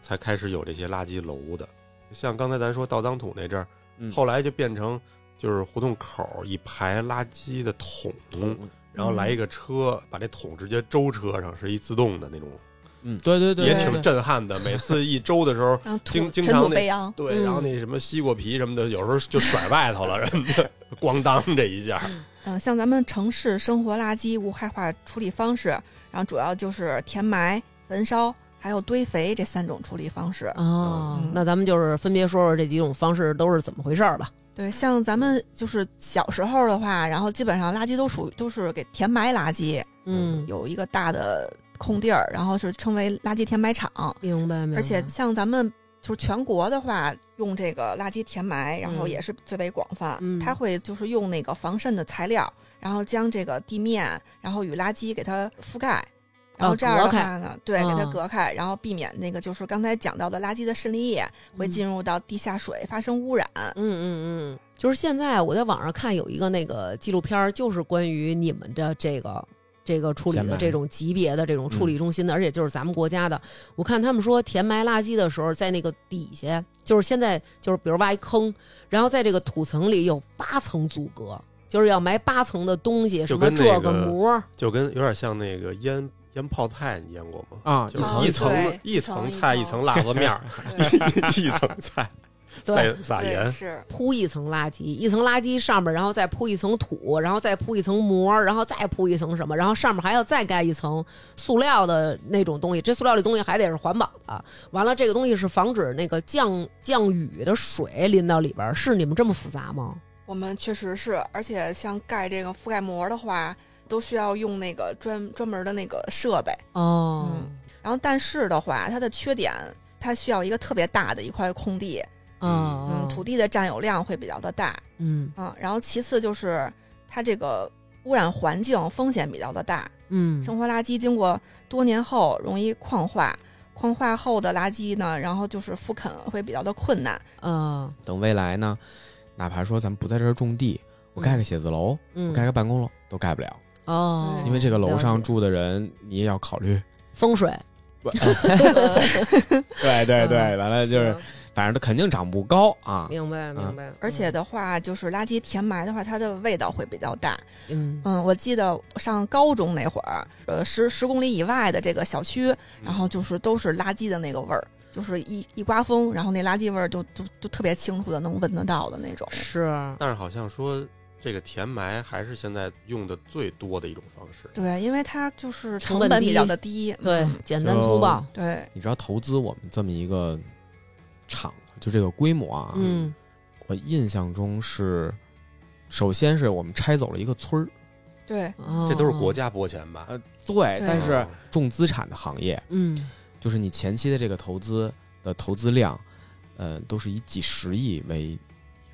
Speaker 3: 才开始有这些垃圾楼的。像刚才咱说倒脏土那阵儿，
Speaker 4: 嗯
Speaker 3: 后来就变成就是胡同口儿一排垃圾的桶，然后来一个车把这桶直接周车上，是一自动的那种，
Speaker 4: 嗯，对对对，
Speaker 3: 也
Speaker 4: 对
Speaker 3: 挺
Speaker 4: 对
Speaker 3: 震撼的。每次一周的时候
Speaker 1: 然后土
Speaker 3: 经经
Speaker 1: 尘土
Speaker 3: 常那
Speaker 1: 飞扬，
Speaker 3: 对，然后那什么西瓜皮什么的，有时候就甩外头了，什么的，咣当这一下，
Speaker 1: 嗯、像咱们城市生活垃圾无害化处理方式，然后主要就是填埋、焚烧还有堆肥这三种处理方式。
Speaker 2: 哦
Speaker 1: 嗯，
Speaker 2: 那咱们就是分别说说这几种方式都是怎么回事儿吧。
Speaker 1: 对，像咱们就是小时候的话，然后基本上垃圾都属于都是给填埋垃圾，
Speaker 2: 嗯，
Speaker 1: 有一个大的空地儿，然后是称为垃圾填埋场。
Speaker 2: 明白明白。
Speaker 1: 而且像咱们就是全国的话，用这个垃圾填埋，然后
Speaker 2: 嗯
Speaker 1: 也是最为广泛。
Speaker 2: 嗯
Speaker 1: 它会就是用那个防渗的材料，然后将这个地面，然后与垃圾给它覆盖。然后
Speaker 2: 哦
Speaker 1: 这样的
Speaker 2: 隔开
Speaker 1: 话呢，对，给它
Speaker 2: 嗯
Speaker 1: 隔开，然后避免那个就是刚才讲到的垃圾的渗沥液会
Speaker 2: 嗯
Speaker 1: 进入到地下水发生污染。
Speaker 2: 嗯嗯嗯，就是现在我在网上看有一个那个纪录片儿，就是关于你们的这个这个处理
Speaker 4: 填
Speaker 2: 的
Speaker 4: 埋
Speaker 2: 这种级别的这种处理中心的，而且就是咱们国家的。我看他们说填埋垃圾的时候，在那个底下，就是现在就是比如挖一坑，然后在这个土层里有八层阻隔。就是要埋八层的东西，什
Speaker 3: 就
Speaker 2: 么
Speaker 3: 跟
Speaker 2: 这
Speaker 3: 那
Speaker 2: 个
Speaker 3: 个
Speaker 2: 膜儿，
Speaker 3: 就跟有点像那个腌腌泡菜，你腌过吗？
Speaker 4: 啊，
Speaker 3: 就是
Speaker 1: 层
Speaker 3: 一
Speaker 1: 一层
Speaker 3: 层
Speaker 1: 对
Speaker 3: 一层菜，
Speaker 1: 一层
Speaker 3: 一层辣子面 <laughs> 儿，
Speaker 1: 对
Speaker 3: 一层菜，
Speaker 2: 对
Speaker 3: 再撒
Speaker 1: 对
Speaker 3: 盐，
Speaker 1: 是，
Speaker 2: 铺一层垃圾，一层垃圾上面，然后再铺一层土，然后再铺一层膜，然后再铺一层什么，然后上面还要再盖一层塑料的那种东西。这塑料的东西还得是环保的。完了，这个东西是防止那个降降雨的水淋到里边儿。是你们这么复杂吗？
Speaker 1: 我们确实是，而且像盖这个覆盖膜的话，都需要用那个专专门的那个设备。
Speaker 2: 哦，
Speaker 1: 嗯然后，但是的话，它的缺点，它需要一个特别大的一块空地，
Speaker 2: 哦
Speaker 1: 嗯，土，地的占有量会比较的大，
Speaker 2: 嗯
Speaker 1: 嗯。然后其次就是它这个污染环境风险比较的大，
Speaker 2: 嗯，
Speaker 1: 生活垃圾经过多年后容易矿化，矿化后的垃圾呢，然后就是复垦会比较的困难，
Speaker 2: 呃，
Speaker 4: 等未来呢，哪怕说咱们不在这儿种地，
Speaker 2: 嗯
Speaker 4: 我盖个写字楼，
Speaker 2: 嗯
Speaker 4: 我，盖个办公楼都盖不了，
Speaker 2: 哦，
Speaker 4: 因为这个楼
Speaker 2: 了
Speaker 4: 上
Speaker 2: 解
Speaker 4: 住的人，你也要考
Speaker 2: <laughs>
Speaker 4: 虑。
Speaker 2: 风水， <laughs>
Speaker 4: 哎对对对，
Speaker 2: 嗯
Speaker 4: 完了就是，
Speaker 2: 行
Speaker 4: 反正它肯定长不高啊。
Speaker 2: 明白明白，
Speaker 1: 而且的话，就是垃圾填埋的话，它的味道会比较大。
Speaker 2: 嗯，
Speaker 1: 嗯，我记得上高中那会儿，呃，十十公里以外的这个小区，
Speaker 3: 嗯
Speaker 1: 然后就是都是垃圾的那个味儿，就是一一刮风，然后那垃圾味儿就就就特别清楚的能闻得到的那种。
Speaker 2: 是，
Speaker 3: 但是好像说这个填埋还是现在用的最多的一种方式。
Speaker 1: 对，因为它就是成
Speaker 2: 成本
Speaker 1: 本
Speaker 2: 低
Speaker 1: 比较的低。
Speaker 2: 对
Speaker 1: 嗯，
Speaker 2: 简单粗暴，
Speaker 1: 对，
Speaker 4: 你知道投资我们这么一个厂子，就这个规模啊，
Speaker 2: 嗯
Speaker 4: 我印象中是，首先是我们拆走了一个村儿，
Speaker 1: 对，
Speaker 2: 哦
Speaker 3: 这都是国
Speaker 2: 家，
Speaker 3: 家拨钱吧？嗯
Speaker 4: 呃对
Speaker 1: 对
Speaker 4: 但是哦重资产的行业，
Speaker 2: 嗯。
Speaker 4: 就是你前期的这个投资的投资量，呃，都是以几十亿为一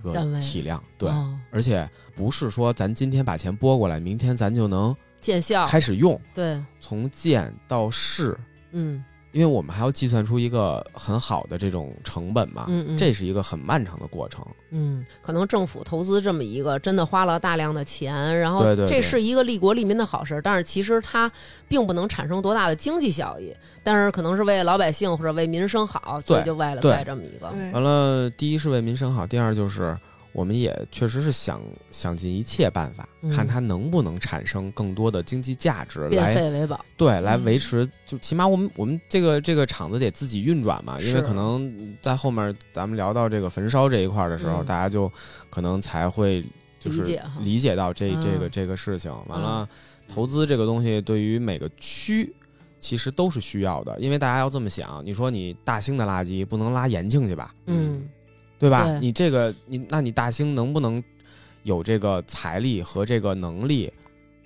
Speaker 4: 个
Speaker 2: 单位
Speaker 4: 体量，对。
Speaker 2: 哦
Speaker 4: 而且不是说咱今天把钱拨过来，明天咱就能
Speaker 2: 见效，
Speaker 4: 开始用，
Speaker 2: 对，
Speaker 4: 从建到试，
Speaker 2: 嗯
Speaker 4: 因为我们还要计算出一个很好的这种成本嘛，
Speaker 2: 嗯嗯
Speaker 4: 啊这是一个很漫长的过程。
Speaker 2: 嗯，可能政府投资这么一个，真的花了大量的钱，然后
Speaker 4: 对对对
Speaker 2: 这是一个利国利民的好事，但是其实它并不能产生多大的经济效益，但是可能是为老百姓或者为民生好，所以就为了
Speaker 4: 对
Speaker 2: 盖这么一个，
Speaker 1: 对
Speaker 4: 完了，第一是为民生好，第二就是我们也确实是想想尽一切办法，
Speaker 2: 嗯
Speaker 4: 看它能不能产生更多的经济价值
Speaker 2: 变
Speaker 4: 来
Speaker 2: 废为宝，
Speaker 4: 对来
Speaker 1: 嗯
Speaker 4: 维持，就起码我们我们这个这个厂子得自己运转嘛，因为
Speaker 2: 是
Speaker 4: 可能在后面咱们聊到这个焚烧这一块儿的时候，
Speaker 2: 嗯
Speaker 4: 大家就可能才会就是
Speaker 2: 理解哈
Speaker 4: 理解到这
Speaker 2: 嗯
Speaker 4: 这个这个事情。完了，投资这个东西对于每个区。其实都是需要的，因为大家要这么想，你说你大兴的垃圾不能拉延庆去吧？
Speaker 2: 嗯，
Speaker 4: 对吧？
Speaker 2: 对
Speaker 4: 你这个，你那你大兴能不能有这个财力和这个能力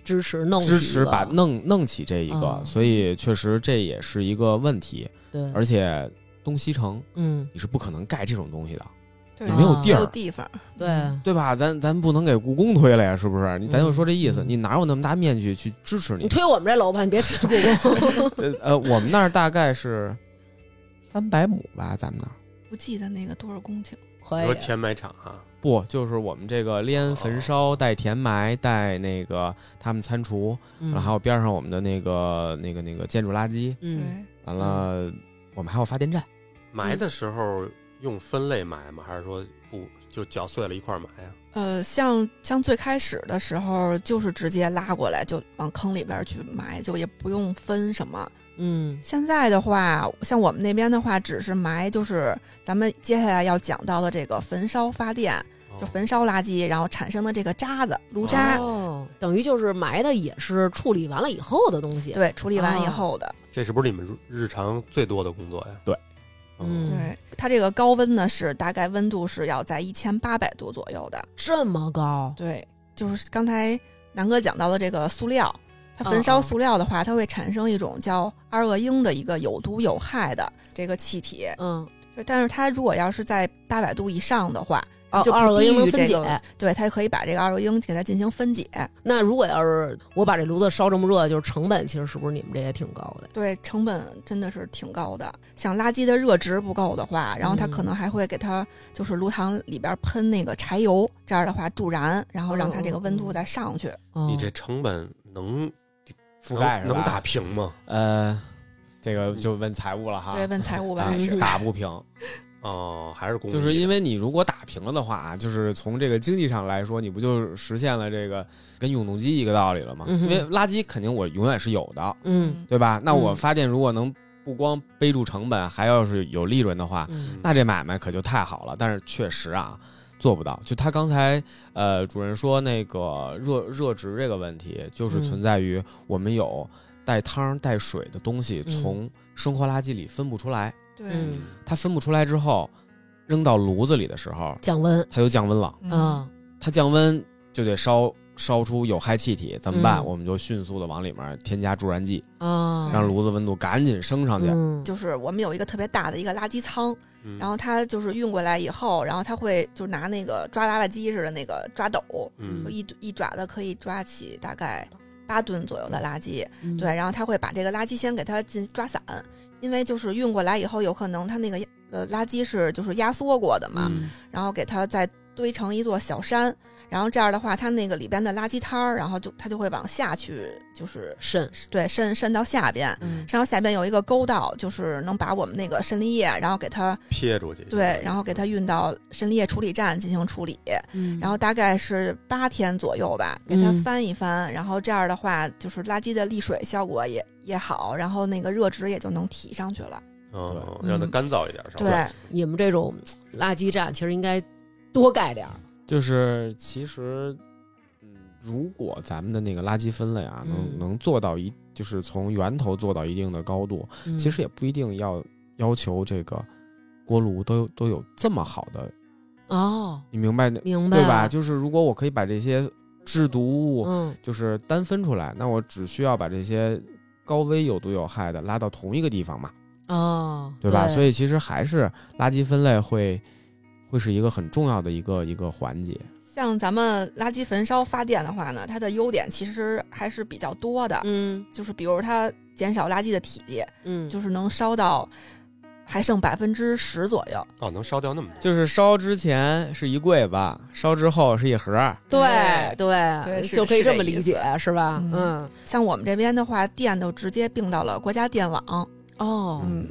Speaker 2: 支持弄
Speaker 4: 支
Speaker 2: 起
Speaker 4: 持
Speaker 2: 一个
Speaker 4: 把弄弄起这一个，
Speaker 2: 嗯
Speaker 4: 所以确实这也是一个问题。
Speaker 2: 对，
Speaker 4: 而且东西城
Speaker 2: 嗯
Speaker 4: 你是不可能盖这种东西的，
Speaker 1: 对嗯
Speaker 4: 你没有地
Speaker 1: 没
Speaker 4: 儿
Speaker 1: 有，地方，
Speaker 2: 对
Speaker 1: 嗯
Speaker 4: 对吧？咱咱不能给故宫推了呀，是不是？你咱就说这意思，
Speaker 2: 嗯
Speaker 4: 你哪有那么大面积去支持
Speaker 2: 你
Speaker 4: 你？
Speaker 2: 推我们这楼吧，你别推故宫。 <laughs>
Speaker 4: 呃呃，我们那儿大概是三百亩吧，咱们那儿
Speaker 1: 不记得那个多少公顷，
Speaker 2: 可
Speaker 3: 你
Speaker 2: 以
Speaker 3: 说，填埋场啊，
Speaker 4: 不就是我们这个连焚烧带填埋带那个他们餐厨，
Speaker 2: 嗯
Speaker 4: 然后还有边上我们的那个那个那个建筑垃圾，
Speaker 2: 嗯，
Speaker 1: 对，
Speaker 4: 完了我们还有发电站。
Speaker 3: 埋的时候用分类埋吗？还是说不就搅碎了一块儿埋啊？
Speaker 1: 呃，像像最开始的时候，就是直接拉过来就往坑里边儿去埋，就也不用分什么。
Speaker 2: 嗯
Speaker 1: 现在的话，像我们那边的话，只是埋，就是咱们接下来要讲到的这个焚烧发电，就
Speaker 3: 哦
Speaker 1: 焚烧垃圾，然后产生的这个渣子、炉渣，
Speaker 2: 哦，等于就是埋的也是处理完了以后的东西。，
Speaker 1: 对，处理完以后的，
Speaker 2: 哦
Speaker 3: 这是不是你们日日常最多的工作呀？哦
Speaker 4: 对，
Speaker 2: 嗯
Speaker 1: 对它这个高温呢是大概温度是要在一千八百度左右的，
Speaker 2: 这么高，
Speaker 1: 对，就是刚才南哥讲到的这个塑料，它
Speaker 2: 嗯
Speaker 1: 焚烧
Speaker 2: 嗯
Speaker 1: 塑料的话，它会产生一种叫二恶英的一个有毒有害的这个气体，
Speaker 2: 嗯，
Speaker 1: 就但是它如果要是在八百度以上的话，
Speaker 2: 哦
Speaker 1: 就
Speaker 2: 二
Speaker 1: 不
Speaker 2: 恶
Speaker 1: 低
Speaker 2: 英能
Speaker 1: 于
Speaker 2: 分
Speaker 1: 这
Speaker 2: 解。
Speaker 1: 个，对，它可以把这个二恶英给它进行分解，
Speaker 2: 那如果要是我把这炉子烧这么热，就是成本其实是不是你们这也挺高的？
Speaker 1: 对，成本真的是挺高的。像垃圾的热值不够的话，然后它可能还会给它就是炉膛里边喷那个柴油，这样的话助燃，然后让它这个温度再上去。
Speaker 2: 哦
Speaker 3: 你这成本能
Speaker 4: 覆盖是吧
Speaker 3: 能能打平吗？
Speaker 4: 呃，这个就问财务了哈。
Speaker 1: 对，问财务吧
Speaker 4: 啊，
Speaker 1: 还是嗯
Speaker 4: 打不平，
Speaker 3: 哦，还是工
Speaker 4: 就是因为你如果打平了的话啊，就是从这个经济上来说，你不就实现了这个跟永动机一个道理了吗？
Speaker 2: 嗯哼
Speaker 4: 因为垃圾肯定我永远是有的，
Speaker 2: 嗯
Speaker 4: 对吧？那我
Speaker 2: 嗯
Speaker 4: 发电如果能不光背住成本，还要是有利润的话，
Speaker 2: 嗯
Speaker 4: 那这买卖可就太好了。但是确实啊，做不到。就他刚才呃，主任说那个热热值这个问题，就是
Speaker 2: 嗯
Speaker 4: 存在于我们有带汤带水的东西
Speaker 2: 嗯
Speaker 4: 从生活垃圾里分不出来，
Speaker 1: 对，
Speaker 2: 嗯
Speaker 4: 它分不出来之后，扔到炉子里的时候，
Speaker 2: 降温
Speaker 4: 它就降温了。
Speaker 1: 嗯
Speaker 2: 啊，
Speaker 4: 它降温就得烧烧出有害气体，怎么办？
Speaker 2: 嗯
Speaker 4: 我们就迅速的往里面添加助燃剂，
Speaker 2: 啊，
Speaker 4: 让炉子温度赶紧升上去。
Speaker 2: 嗯
Speaker 1: 就是我们有一个特别大的一个垃圾仓，
Speaker 3: 嗯
Speaker 1: 然后它就是运过来以后，然后它会就拿那个抓娃娃机似的那个抓斗，
Speaker 3: 嗯
Speaker 1: 就一一爪子可以抓起大概八吨左右的垃圾。
Speaker 2: 嗯
Speaker 1: 对，然后他会把这个垃圾先给它进抓散，因为就是运过来以后，有可能它那个呃垃圾是就是压缩过的嘛，
Speaker 3: 嗯
Speaker 1: 然后给它再堆成一座小山，然后这样的话，它那个里边的垃圾摊儿，然后就它就会往下去，就是
Speaker 2: 肾，
Speaker 1: 对渗渗到下边。
Speaker 2: 嗯
Speaker 1: 然后下边有一个沟道，就是能把我们那个渗沥液，然后给它
Speaker 3: 撇出去，
Speaker 1: 对，然后给它运到渗沥液处理站进行处理。
Speaker 2: 嗯
Speaker 1: 然后大概是八天左右吧，给它
Speaker 2: 嗯
Speaker 1: 翻一翻，然后这样的话，就是垃圾的沥水效果也也好，然后那个热值也就能提上去了。
Speaker 3: 哦，
Speaker 1: 对
Speaker 3: 让它
Speaker 1: 嗯
Speaker 3: 干燥一点，稍微
Speaker 1: 对，
Speaker 2: 你们这种嘖垃圾站其实应该多盖点儿，
Speaker 4: 就是其实，嗯，如果咱们的那个垃圾分类啊，能
Speaker 2: 嗯
Speaker 4: 能做到一，就是从源头做到一定的高度，
Speaker 2: 嗯
Speaker 4: 其实也不一定要要求这个锅炉都有都有这么好的，
Speaker 2: 哦，
Speaker 4: 你明白那
Speaker 2: 明白
Speaker 4: 对吧？
Speaker 2: 了
Speaker 4: 就是如果我可以把这些制毒物，
Speaker 2: 嗯
Speaker 4: 就是单分出来，那我只需要把这些高危有毒有害的拉到同一个地方嘛，
Speaker 2: 哦，
Speaker 4: 对吧？所
Speaker 2: 以
Speaker 4: 以其实还是垃圾分类会会是一个很重要的一个一个环节。
Speaker 1: 像咱们垃圾焚烧发电的话呢，它的优点其实还是比较多的，
Speaker 2: 嗯
Speaker 1: 就是比如它减少垃圾的体积，
Speaker 2: 嗯
Speaker 1: 就是能烧到还剩百分之十左右。
Speaker 3: 哦，能烧掉那么多，
Speaker 4: 就是烧之前是一柜子，烧之后是一盒。
Speaker 2: 对
Speaker 1: 哎对
Speaker 2: 对，
Speaker 1: 是
Speaker 2: 就可以
Speaker 1: 是这
Speaker 2: 这么
Speaker 1: 意
Speaker 2: 理
Speaker 1: 思
Speaker 2: 解是吧？
Speaker 1: 嗯
Speaker 2: 嗯
Speaker 1: 像我们这边的话，电都直接并到了国家电网。
Speaker 2: 哦，
Speaker 1: 嗯，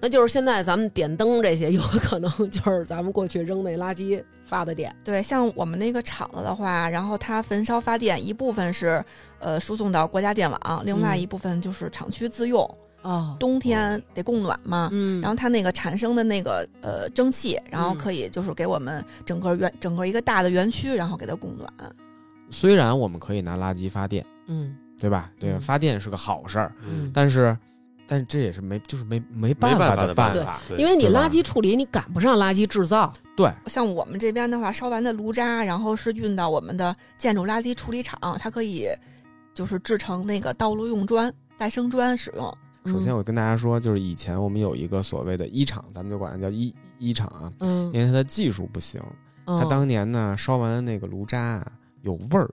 Speaker 2: 那就是现在咱们点灯这些，有可能 <laughs> 就是咱们过去扔那垃圾发的电。
Speaker 1: 对，像我们那个厂子的话，然后它焚烧发电一部分是呃输送到国家电网，另外
Speaker 2: 嗯
Speaker 1: 一部分就是厂区自用。
Speaker 2: 哦，
Speaker 1: 冬天得供暖嘛，
Speaker 2: 嗯，
Speaker 1: 然后它那个产生的那个呃蒸汽，然后
Speaker 2: 嗯
Speaker 1: 可以就是给我们整个园整个一个大的园区，然后给它供暖。
Speaker 4: 虽然我们可以拿垃圾发电，
Speaker 2: 嗯
Speaker 4: 对吧？这个
Speaker 2: 嗯
Speaker 4: 发电是个好事儿，
Speaker 2: 嗯，
Speaker 4: 但是，但这也是没就是没没办
Speaker 3: 没办
Speaker 4: 法
Speaker 3: 法的
Speaker 4: 办
Speaker 3: 办
Speaker 4: 法。
Speaker 3: 对
Speaker 2: 因为你
Speaker 4: 对吧
Speaker 2: 垃圾处理，你赶不上垃圾制造。
Speaker 4: 对，
Speaker 1: 像我们这边的话，烧完的炉渣，然后是运到我们的建筑垃圾处理厂，它可以就是制成那个道路用砖、再生砖使用。
Speaker 4: 首先，
Speaker 2: 我
Speaker 4: 我跟大家说，就是以前我们有一个所谓的一厂，咱们就管它叫一一厂啊，
Speaker 2: 嗯，哦
Speaker 4: 因为它的技术不行，它
Speaker 2: 他
Speaker 4: 当年呢烧完的那个炉渣啊有味儿，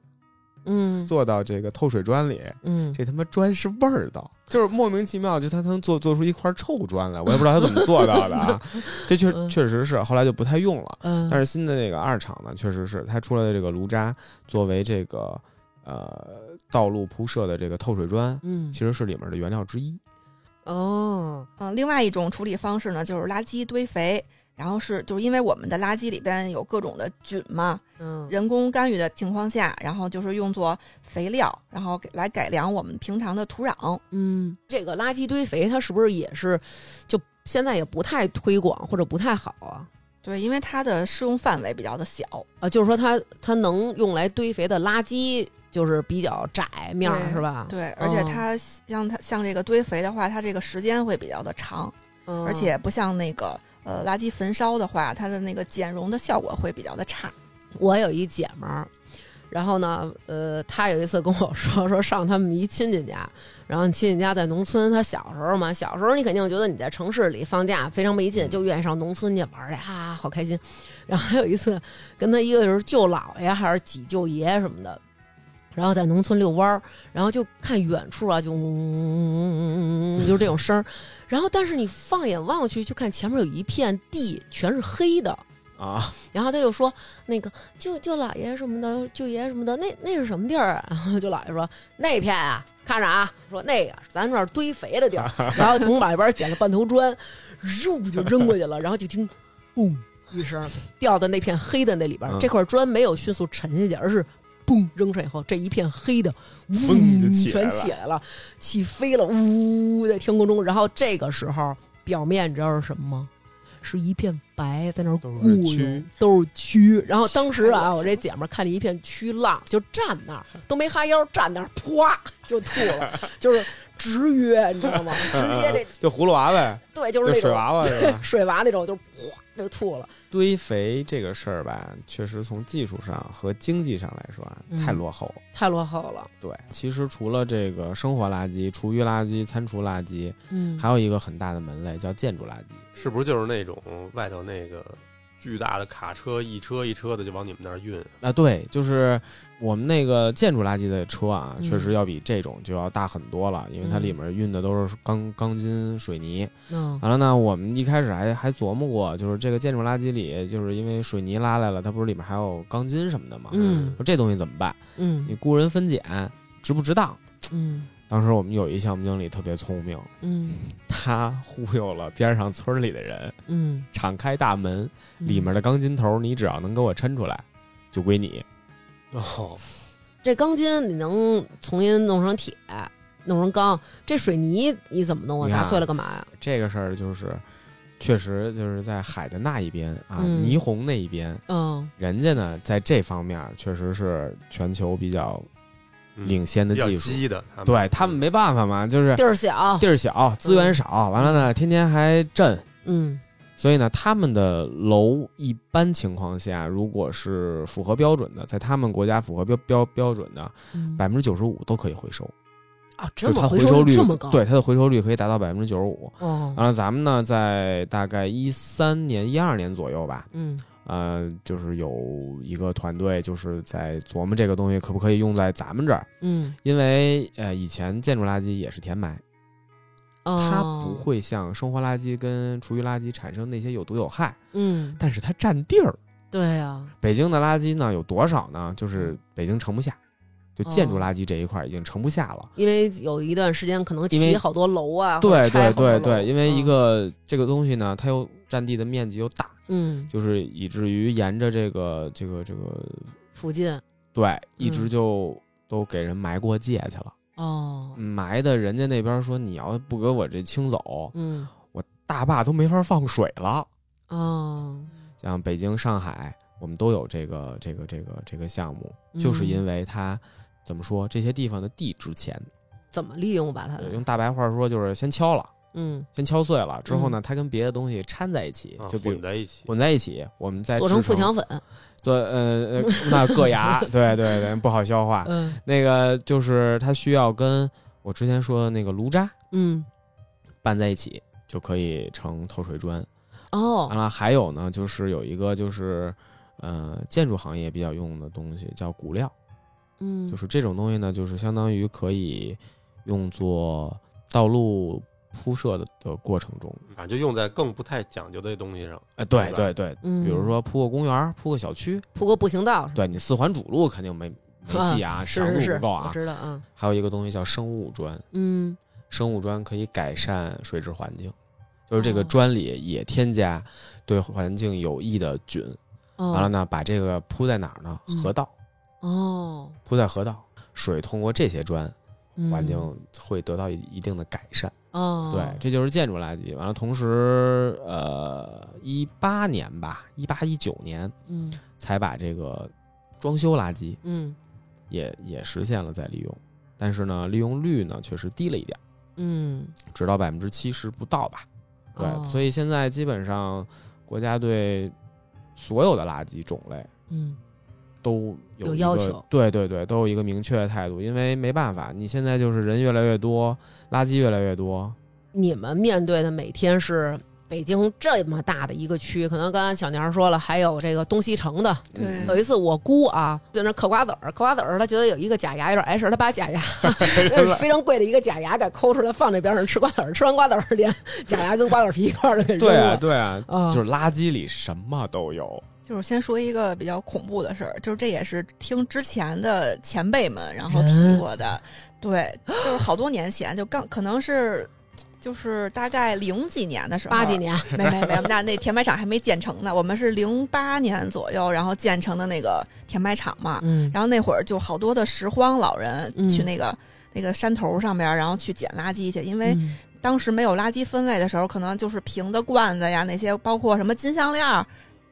Speaker 2: 嗯
Speaker 4: 做到这个透水砖里，
Speaker 2: 嗯
Speaker 4: 这他妈砖是味儿道，就是莫名其妙，就他能做做出一块臭砖来，我也不知道他怎么做到
Speaker 2: <laughs>
Speaker 4: 的啊。这确
Speaker 2: 嗯
Speaker 4: 确实是，后来就不太用了。
Speaker 2: 嗯，
Speaker 4: 但是新的这个二厂呢，确实是它出来的这个炉渣作为这个呃道路铺设的这个透水砖，
Speaker 2: 嗯
Speaker 4: 其实是里面的原料之一。
Speaker 2: 哦
Speaker 1: 嗯，另外一种处理方式呢，就是垃圾堆肥，然后是就是因为我们的垃圾里边有各种的菌嘛，
Speaker 2: 嗯
Speaker 1: 人工干预的情况下，然后就是用作肥料，然后给来改良我们平常的土壤。
Speaker 2: 嗯，这个垃圾堆肥它是不是也是就现在也不太推广或者不太好啊？
Speaker 1: 对，因为它的适用范围比较的小，
Speaker 2: 啊，就是说它它能用来堆肥的垃圾就是比较窄面儿
Speaker 1: 对
Speaker 2: 是吧？，
Speaker 1: 对，而且它像它像这个堆肥的话，它这个时间会比较的长，
Speaker 2: 嗯、
Speaker 1: 而且不像那个呃垃圾焚烧的话，它的那个减溶的效果会比较的差。
Speaker 2: 我有一姐们儿，然后呢，呃，她有一次跟我说，说上他们一亲戚家，然后亲戚家在农村，她小时候嘛，小时候你肯定觉得你在城市里放假非常没劲，就愿意上农村去玩儿去啊，好开心。然后还有一次跟她一个就是舅姥爷还是几舅爷什么的。然后在农村遛弯儿，然后就看远处啊，就嗡嗡嗡嗡嗡嗡，就是这种声儿。然后，但是你放眼望去，就看前面有一片地，全是黑的。
Speaker 4: 啊，
Speaker 2: 然后他就说那个舅舅姥爷什么的，舅爷什么的，那那是什么地儿啊？ <laughs> 然后舅姥爷说那片啊，看着啊，说那个咱那儿堆肥的地
Speaker 4: <laughs>
Speaker 2: 儿，然后从外边捡了半头砖，肉就扔过去了，然后就听嘣一声掉到那片黑的那里边，
Speaker 4: 嗯
Speaker 2: 这块砖没有迅速沉下去，而是。嘣！扔上以后，这一片黑的，
Speaker 4: 嗡就
Speaker 2: 嗡
Speaker 4: 起来
Speaker 2: 全
Speaker 4: 了
Speaker 2: 起来了，起飞了，呜，在天空中。然后这个时候，表面你知道是什么吗？是一片白，在那儿
Speaker 4: 都
Speaker 2: 雇
Speaker 4: 是
Speaker 2: 佣
Speaker 4: 蛆，
Speaker 2: 都是蛆。然后当时
Speaker 1: 太恶心
Speaker 2: 啊，
Speaker 1: 了
Speaker 2: 我这姐们儿看见一片蛆浪，就站那儿都没哈腰，站那儿啪就吐了，就是直约，你知道
Speaker 4: <laughs>
Speaker 2: 吗？直接这
Speaker 4: 就葫芦娃呗，
Speaker 2: 对，就是
Speaker 4: 就
Speaker 2: 那
Speaker 4: 水
Speaker 2: <laughs> 种？
Speaker 4: 娃娃是吧
Speaker 2: 水娃那种，就哗就吐了。
Speaker 4: 堆肥这个事儿吧，确实从技术上和经济上来说啊，
Speaker 2: 嗯
Speaker 4: 太落后了。
Speaker 2: 太落后了，
Speaker 4: 对，其实除了这个生活垃圾、厨余垃圾、餐厨垃圾，
Speaker 2: 嗯
Speaker 4: 还有一个很大的门类叫建筑垃圾。
Speaker 3: 是不是就是那种外头那个巨大的卡车一车一车的就往你们那儿运？
Speaker 4: 啊，对，就是我们那个建筑垃圾的车啊，
Speaker 2: 嗯
Speaker 4: 确实要比这种就要大很多了，因为它
Speaker 2: 嗯
Speaker 4: 里面运的都是钢钢筋水泥。
Speaker 2: 嗯
Speaker 4: 完了呢，我们一开始还还琢磨过，就是这个建筑垃圾里，就是因为水泥拉来了，它不是里面还有钢筋什么的嘛，
Speaker 2: 嗯
Speaker 4: 说这东西怎么办？你
Speaker 2: 嗯
Speaker 4: 雇人分拣，值不值当？
Speaker 2: 嗯
Speaker 4: 当时我们有一项目经理特别聪明，
Speaker 2: 嗯
Speaker 4: 他忽悠了边上村里的人，
Speaker 2: 嗯，
Speaker 4: 敞开大门，里面的钢筋头你只要能给我抻出来，就归你。
Speaker 3: 哦，
Speaker 2: 这钢筋你能重新弄成铁，弄成钢，这水泥你怎么弄啊？
Speaker 4: 你看
Speaker 2: 砸
Speaker 4: 啊
Speaker 2: 碎了干嘛呀？
Speaker 4: 这个事儿就是，确实就是在海的那一边啊，
Speaker 2: 嗯
Speaker 4: 霓虹那一边，
Speaker 2: 嗯
Speaker 4: 人家呢在这方面确实是全球比较
Speaker 3: 嗯
Speaker 4: 领先的
Speaker 3: 比较啊
Speaker 4: 技术。
Speaker 3: 鸡的，他们
Speaker 4: 对他们没办法嘛，就是
Speaker 2: 地儿嗯小，
Speaker 4: 地儿小，资源少，完了呢，天天还震，
Speaker 2: 嗯
Speaker 4: 所以呢，他们的楼一般情况下，如果是符合标准的，在他们国家符合标标标准的，
Speaker 2: 嗯
Speaker 4: 百分之九十五都可以回收，
Speaker 2: 啊，这
Speaker 4: 就是它
Speaker 2: 么回
Speaker 4: 收
Speaker 2: 率
Speaker 4: 率
Speaker 2: 这么高，
Speaker 4: 对它啊的回收率可以达到百分之九十五。
Speaker 2: 哦，
Speaker 4: 完了，咱们呢，在大概一三年、一二年左右吧，
Speaker 2: 嗯
Speaker 4: 呃，就是有一个团队就是在琢磨这个东西可不可以用在咱们这儿，
Speaker 2: 嗯，
Speaker 4: 因为呃，以前建筑垃圾也是填埋，它
Speaker 2: 哦
Speaker 4: 不，会像生活垃圾跟厨余垃圾产生那些有毒有害，
Speaker 2: 嗯，
Speaker 4: 但是它占地儿。
Speaker 2: 对啊呀，
Speaker 4: 北京的垃圾呢有多少呢？就是北京盛不下，就建筑
Speaker 2: 哦
Speaker 4: 垃圾这一块儿已经盛不下了。
Speaker 2: 因为有一段时间可能
Speaker 4: 因为
Speaker 2: 起好多楼啊，或者拆
Speaker 4: 对对
Speaker 2: 好多
Speaker 4: 对
Speaker 2: 楼嗯
Speaker 4: 对，因为一，个这个东西呢，它又占地的面积又大，
Speaker 2: 嗯，嗯
Speaker 4: 就是以至于沿着这个这个这个，
Speaker 2: 附近
Speaker 4: 对，一直
Speaker 2: 嗯
Speaker 4: 就都给人埋过界去了。
Speaker 2: 哦，
Speaker 4: 埋的人家那边说，你要不给我这清走，
Speaker 2: 嗯
Speaker 4: 大坝都没法放水了。
Speaker 2: 哦，
Speaker 4: 像北京、上海，我们都有这个这个这个这个项目，就是因
Speaker 2: 为
Speaker 4: 为它怎么说，这些地方的地值钱，
Speaker 2: 怎么利用把它
Speaker 4: 呃用大白话说就是先敲了，
Speaker 2: 嗯，
Speaker 4: 先敲碎了之后呢，它跟别的东西掺在一起
Speaker 3: 啊，
Speaker 4: 就比如
Speaker 3: 混在一起，
Speaker 4: 混在一起，我们再
Speaker 2: 做成
Speaker 4: 制啊
Speaker 2: 富强粉，
Speaker 4: 做呃呃那硌牙，对对对，不好消化。
Speaker 2: 嗯
Speaker 4: 那个就是它需要跟我之前说的那个炉渣
Speaker 2: 嗯，
Speaker 4: 拌在一起，就可以成透水砖。完
Speaker 2: 哦，
Speaker 4: 了，还有呢，就是有一个就是呃建筑行业比较用的东西叫骨料，
Speaker 2: 嗯，
Speaker 4: 就是这种东西呢，就是相当于可以用作道路铺设的的过程中。
Speaker 3: 啊，就用在更不太讲究的东西上。
Speaker 4: 哎，对
Speaker 3: 对
Speaker 4: 对对，
Speaker 2: 嗯，
Speaker 4: 比如说铺个公园儿、铺个小区，
Speaker 2: 铺个步行道，
Speaker 4: 对你四环主路肯定没没戏啊，
Speaker 2: 是
Speaker 4: 长
Speaker 2: 是
Speaker 4: 度
Speaker 2: 是，
Speaker 4: 不够
Speaker 2: 我
Speaker 4: 啊。
Speaker 2: 知道啊，
Speaker 4: 还有一个东西叫生物砖，
Speaker 2: 嗯
Speaker 4: 生物砖可以改善水质环境，就是这
Speaker 2: 哦
Speaker 4: 个砖里也添加对环境有益的菌。
Speaker 2: 哦，
Speaker 4: 完了呢，把这个铺在哪儿呢？
Speaker 2: 嗯
Speaker 4: 河道，
Speaker 2: 哦，
Speaker 4: 铺在河道，水通过这些砖，
Speaker 2: 嗯
Speaker 4: 环境会得到一一定的改善。
Speaker 2: 哦，
Speaker 4: 对，这就是建筑垃圾。完了，同时，呃，一八年吧，一八一九年
Speaker 2: 嗯
Speaker 4: 才把这个装修垃圾
Speaker 2: 嗯
Speaker 4: 也也实现了再利用，但是呢，利用率呢确实低了一点儿，
Speaker 2: 嗯，
Speaker 4: 只到百分之七十不到吧。对，
Speaker 2: 哦
Speaker 4: 所以现在基本上国家对所有的垃圾种类
Speaker 2: 嗯
Speaker 4: 都有
Speaker 2: 有
Speaker 4: 一
Speaker 2: 要
Speaker 4: 个
Speaker 2: 求
Speaker 4: 对对对，都有一个明确的态度，因为没办法，你现在就是人越来越多，垃圾越来越多，
Speaker 2: 你们面对的每天是北京这么大的一个区，可能刚才小年儿说了，还有这个东西城的。
Speaker 4: 嗯
Speaker 1: 对
Speaker 2: 有一次我姑啊，在那儿嗑瓜子儿，嗑瓜子儿，她觉得有一个假牙有点碍事儿，她把
Speaker 4: <laughs>
Speaker 2: 假牙那是非常贵的一个假牙给抠出来放那边上吃瓜子儿，吃完瓜子儿连假牙跟瓜子儿皮一块儿都给扔
Speaker 4: 对啊
Speaker 2: 了。
Speaker 4: 对啊，
Speaker 2: 啊
Speaker 4: 就是垃圾里什么都有，
Speaker 1: 就是先说一个比较恐怖的事儿，就是这也是听之前的前辈们然后
Speaker 2: 人
Speaker 1: 提过的，对，就是好多年前，就刚可能是就是大概零几年的时候，
Speaker 2: 八几，年，
Speaker 1: <laughs> 没没没，那那填埋场还没建成呢，我们是零八年左右然后建成的那个填埋场嘛，
Speaker 2: 嗯
Speaker 1: 然后那会儿就好多的拾荒老人
Speaker 2: 嗯
Speaker 1: 去那个、那个山头上面，然后去捡垃圾去，因为
Speaker 2: 嗯
Speaker 1: 当时没有垃圾分类的时候，可能就是瓶子、罐子呀那些，包括什么金项链儿、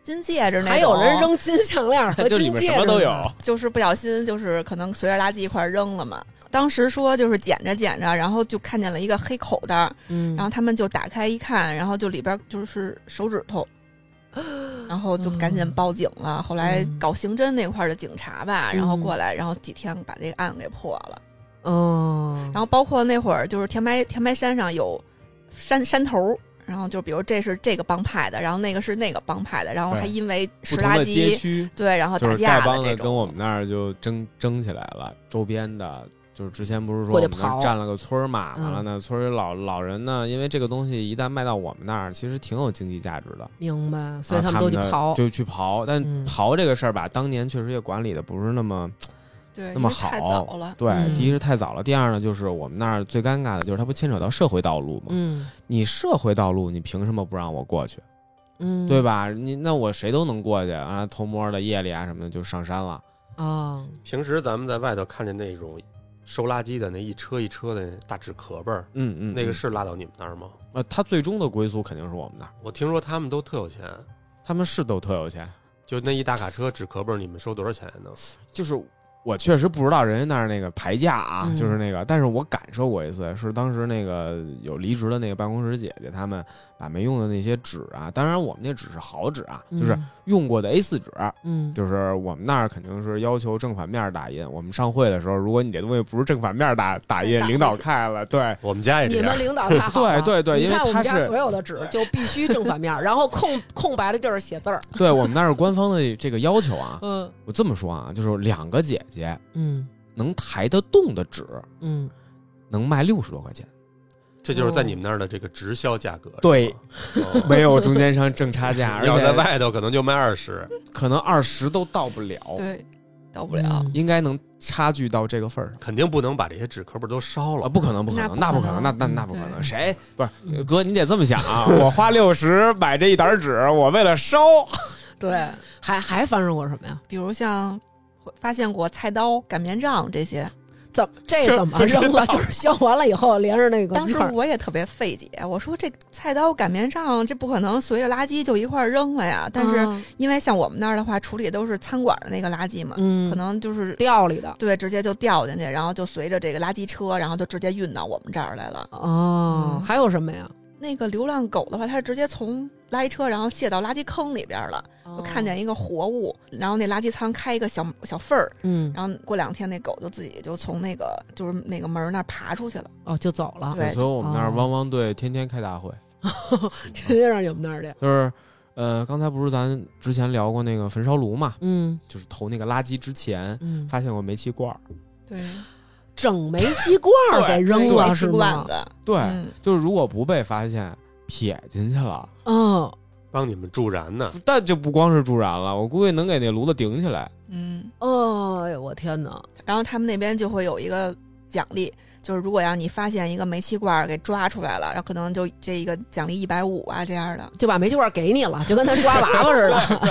Speaker 1: 金戒指那种，
Speaker 2: 还有人，扔金项链儿和
Speaker 4: 这里
Speaker 2: 金
Speaker 4: 面
Speaker 2: 戒
Speaker 4: 什么都
Speaker 2: 指
Speaker 4: 有
Speaker 2: 呢。
Speaker 1: 就是不小心就是可能随着垃圾一块儿扔了嘛。当时说就是捡着捡着，然后就看见了一个黑口袋儿，
Speaker 2: 嗯
Speaker 1: 然后他们就打开一看，然后就里边就是手指
Speaker 2: <gasps>
Speaker 1: 头，然后就赶紧报警了。后来
Speaker 2: 嗯
Speaker 1: 搞刑侦那块儿的警察吧，然后
Speaker 2: 嗯
Speaker 1: 过来，然后几天把这个案给破了。
Speaker 2: 哦，
Speaker 1: 然后包括那会儿就是填埋填埋山上有山山头儿，然后就比如这是这个帮派的，然后那个是那个帮派的，然后还
Speaker 4: 对
Speaker 1: 因为
Speaker 4: 不
Speaker 1: 拾
Speaker 4: 同
Speaker 1: 垃
Speaker 4: 的街
Speaker 1: 圾
Speaker 4: 区
Speaker 1: 对，
Speaker 2: 哦
Speaker 1: 然后
Speaker 4: 就
Speaker 1: 打
Speaker 4: 是丐
Speaker 1: 架
Speaker 4: 帮
Speaker 1: 这
Speaker 4: 的跟我
Speaker 1: 种
Speaker 4: 们。那儿就争争起来了，周边的。就是之前不是说
Speaker 2: 过
Speaker 4: 我
Speaker 2: 去
Speaker 4: 们那
Speaker 2: 刨
Speaker 4: 儿占了个村儿嘛，
Speaker 2: 嗯
Speaker 4: 完了呢，村儿里老老人呢，因为这个东西一旦卖到我们那儿，其实挺有经济价值的，
Speaker 2: 明白，所以
Speaker 4: 啊
Speaker 2: 他
Speaker 4: 他
Speaker 2: 们都去
Speaker 4: 呢
Speaker 2: 刨。
Speaker 4: 就去刨。但
Speaker 2: 嗯
Speaker 4: 刨这个事儿吧，当年确实也管理的不是那么
Speaker 1: 对，
Speaker 4: 那
Speaker 1: 因
Speaker 4: 么
Speaker 1: 为太
Speaker 4: 好
Speaker 1: 早了，
Speaker 4: 对。
Speaker 2: 嗯
Speaker 4: 第一是太早了，第二呢，就是我们那儿最尴尬的就是它不牵扯到社会道路嘛，
Speaker 2: 嗯
Speaker 4: 你社会道路你凭什么不让我过去，
Speaker 2: 嗯，
Speaker 4: 对？吧？你那我谁都能过去啊，偷摸的夜里啊什么的就上山了。
Speaker 2: 啊，
Speaker 3: 平时咱们在外头看见那种收垃圾的那一车一车的大纸壳儿，
Speaker 4: 嗯嗯，
Speaker 3: 那个
Speaker 4: 嗯
Speaker 3: 是拉到你们那儿吗？
Speaker 4: 呃，它最终的归宿肯定是我们那儿，
Speaker 3: 我听说他们都特有钱，
Speaker 4: 他们是都特有钱，
Speaker 3: 就那一大卡车纸壳儿，你们收多少钱呢？
Speaker 4: 就是我确实不知道人家那儿那个牌价啊，
Speaker 2: 嗯
Speaker 4: 就是那个，但是我感受过一次，是当时那个有离职的那个办公室姐姐，他们把没用的那些纸啊，当然我们那纸是好纸啊，就是用过的 A 4纸，
Speaker 2: 嗯，
Speaker 4: 就是我们那儿肯定是要求正反面打印。我们上会的时候，如果你这东西不是正反面打打印
Speaker 2: 打，
Speaker 4: 领导看
Speaker 2: <laughs>
Speaker 4: 了，对
Speaker 3: 我们家也这
Speaker 2: 你
Speaker 3: 样
Speaker 2: 们，领导太好了，
Speaker 4: <laughs> 对对对
Speaker 2: 你
Speaker 4: 因为
Speaker 2: 看我们
Speaker 4: 他
Speaker 2: 家
Speaker 4: 是
Speaker 2: 所有的纸就必须正反面儿，然后空空白的地儿写字儿。
Speaker 4: 对，我们那儿官方的这个要求啊，
Speaker 2: <laughs> 嗯
Speaker 4: 我这么说啊，就是两个姐姐
Speaker 2: 嗯
Speaker 4: 能抬得动的纸
Speaker 2: 嗯，
Speaker 4: 能卖六十多块钱。
Speaker 3: 这就是
Speaker 2: 哦
Speaker 3: 在你们那儿的这个直销价格。
Speaker 4: 对
Speaker 3: 是吗，哦
Speaker 4: 没有中间商挣差价，而
Speaker 3: <laughs> 要在
Speaker 4: 且
Speaker 3: 外头可能就卖二十，
Speaker 4: 可能二十都到不了，
Speaker 1: 对，到不了。
Speaker 2: 嗯
Speaker 4: 应该能差距到这个份儿上。
Speaker 3: 肯定不能把这些纸壳儿都烧
Speaker 4: 啊，
Speaker 3: 了。
Speaker 4: 不可能，不可能，那
Speaker 1: 那不
Speaker 4: 可
Speaker 1: 可
Speaker 4: 能，嗯
Speaker 1: 能
Speaker 4: 那那那不可
Speaker 1: 对
Speaker 4: 能，谁不是
Speaker 2: 嗯
Speaker 4: 哥？你得这么想 <laughs> 啊，我花六十买这一沓纸，我为了烧，
Speaker 2: 对，还还发生过什么呀？
Speaker 1: 比如像发现过菜刀、擀面杖这些，
Speaker 2: 怎么
Speaker 4: <laughs>
Speaker 2: 这怎么扔了？ <laughs> 就是削完了以后连着那个
Speaker 1: 当
Speaker 2: 一
Speaker 1: 时
Speaker 2: 块儿
Speaker 1: 我也特别费解，我说这菜刀、擀面杖，这不可能随着垃圾就一块儿扔了呀。但是
Speaker 2: 啊
Speaker 1: 因为像我们那儿的话，处理都是餐馆的那个垃圾嘛，
Speaker 2: 嗯，
Speaker 1: 可能就是
Speaker 2: 料理的
Speaker 1: 对直接就掉进去，然后就随着这个垃圾车，然后就直接运到我们这儿来了。
Speaker 2: 哦，
Speaker 1: 嗯
Speaker 2: 还有什么呀？
Speaker 1: 那个流浪狗的话，它是直接从垃圾车然后卸到垃圾坑里边儿了。
Speaker 2: 我
Speaker 1: 我看，见一个活物，然后那垃圾仓开一个小小缝儿，
Speaker 2: 嗯，
Speaker 1: 然后过两天那狗就自己就从那个就是那个门儿那儿爬出去了。
Speaker 2: 哦，就走了，
Speaker 1: 对
Speaker 4: 所以我们那儿
Speaker 2: 哦
Speaker 4: 汪汪队天天开大会，
Speaker 2: 天天让你们那儿去，
Speaker 4: 就是，呃，刚才不是咱之前聊过那个焚烧炉嘛，
Speaker 2: 嗯
Speaker 4: 就是投那个垃圾之前
Speaker 2: 嗯，
Speaker 4: 发现过煤气罐儿，
Speaker 1: 对，
Speaker 2: 整煤气罐儿给扔了
Speaker 1: 是
Speaker 2: 是
Speaker 1: 罐
Speaker 2: 吗？
Speaker 1: 子。
Speaker 4: 对，
Speaker 1: 嗯
Speaker 4: 就是如果不被发现，撇进去了，
Speaker 2: 嗯，
Speaker 3: 帮你们助燃呢。
Speaker 4: 但就不光是助燃了，我估计能给那炉子顶起来。
Speaker 1: 嗯，
Speaker 2: 哦，哎呦我天哪！
Speaker 1: 然后他们那边就会有一个奖励，就是如果要你发现一个煤气罐儿给抓出来了，然后可能就这一个奖励一百五啊这样的。
Speaker 2: 就把煤气罐给你了，就跟他抓娃娃似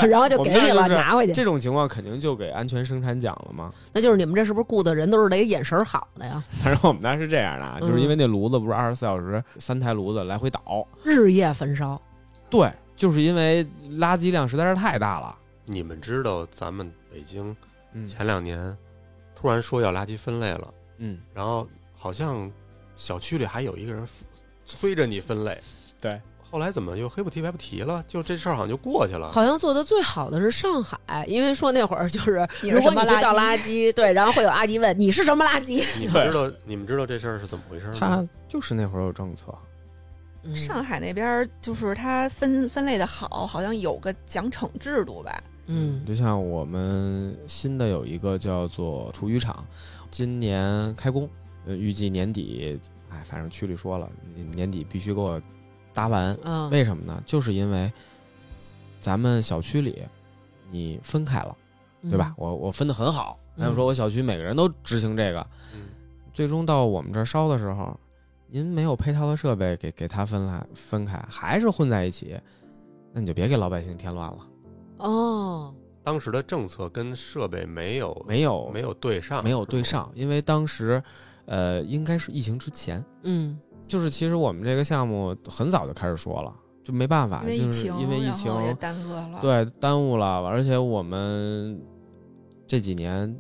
Speaker 2: 的，然后就给你
Speaker 4: 我
Speaker 2: 了，
Speaker 4: 们这儿就是
Speaker 2: 拿回去。
Speaker 4: 这种情况肯定就给安全生产奖了嘛。
Speaker 2: 那就是你们这是不是雇的人都是得眼神好的呀？
Speaker 4: 反正我们那是这样的啊，
Speaker 2: 嗯
Speaker 4: 就是因为那炉子不是二十四小时三台炉子来回倒，
Speaker 2: 日夜焚
Speaker 4: 啊
Speaker 2: 烧，
Speaker 4: 对，就是因为垃圾量实在是太大了。
Speaker 3: 你们知道咱们北京
Speaker 4: 嗯
Speaker 3: 前两年突然说要垃圾分类了，
Speaker 4: 嗯，
Speaker 3: 然后好像小区里还有一个人催着你分类，
Speaker 4: 对，
Speaker 3: 后来怎么又黑不提白不提了？就这事儿好像就过去了。
Speaker 2: 好像做的最好的是上海，因为说那会儿就是，
Speaker 1: 你是
Speaker 2: 如果
Speaker 1: 什么
Speaker 2: 你去
Speaker 1: 垃
Speaker 2: 倒
Speaker 1: 圾
Speaker 2: 垃圾，对，然后会有阿姨问你是什么垃圾。
Speaker 3: 你们知道你们知道这事儿是怎么回事吗
Speaker 4: 他？就是那会儿有政策，
Speaker 2: 嗯
Speaker 1: 上海那边儿就是它分分类的好，好像有个奖惩制度吧？
Speaker 2: 嗯
Speaker 4: 就像我们新的有一个叫做厨余厂，今年开工，呃，预计年底，哎，反正区里说了，你年底必须给我搭完。
Speaker 2: 嗯
Speaker 4: 为什么呢？就是因为咱们小区里你分开了，
Speaker 1: 嗯
Speaker 4: 对吧？？我我分的很好，
Speaker 2: 嗯
Speaker 4: 还有说我小区每个人都执行这个，
Speaker 3: 嗯
Speaker 4: 最终到我们这儿烧的时候，您没有配套的设备给给他分开分开，还是混在一起，那你就别给老百姓添乱了，
Speaker 2: 哦，
Speaker 3: 当时的政策跟设备没有
Speaker 4: 没有
Speaker 3: 没有对上，
Speaker 4: 没有对
Speaker 3: 是吗。
Speaker 4: 上，因为当时，呃，应该是疫情之前，
Speaker 2: 嗯，
Speaker 4: 就是其实我们这个项目很早就开始说了，就没办法，
Speaker 1: 因为疫
Speaker 4: 啊就是
Speaker 1: 情，
Speaker 4: 因为疫情
Speaker 1: 然后也耽搁了。，
Speaker 4: 对耽误了，而且我们这几年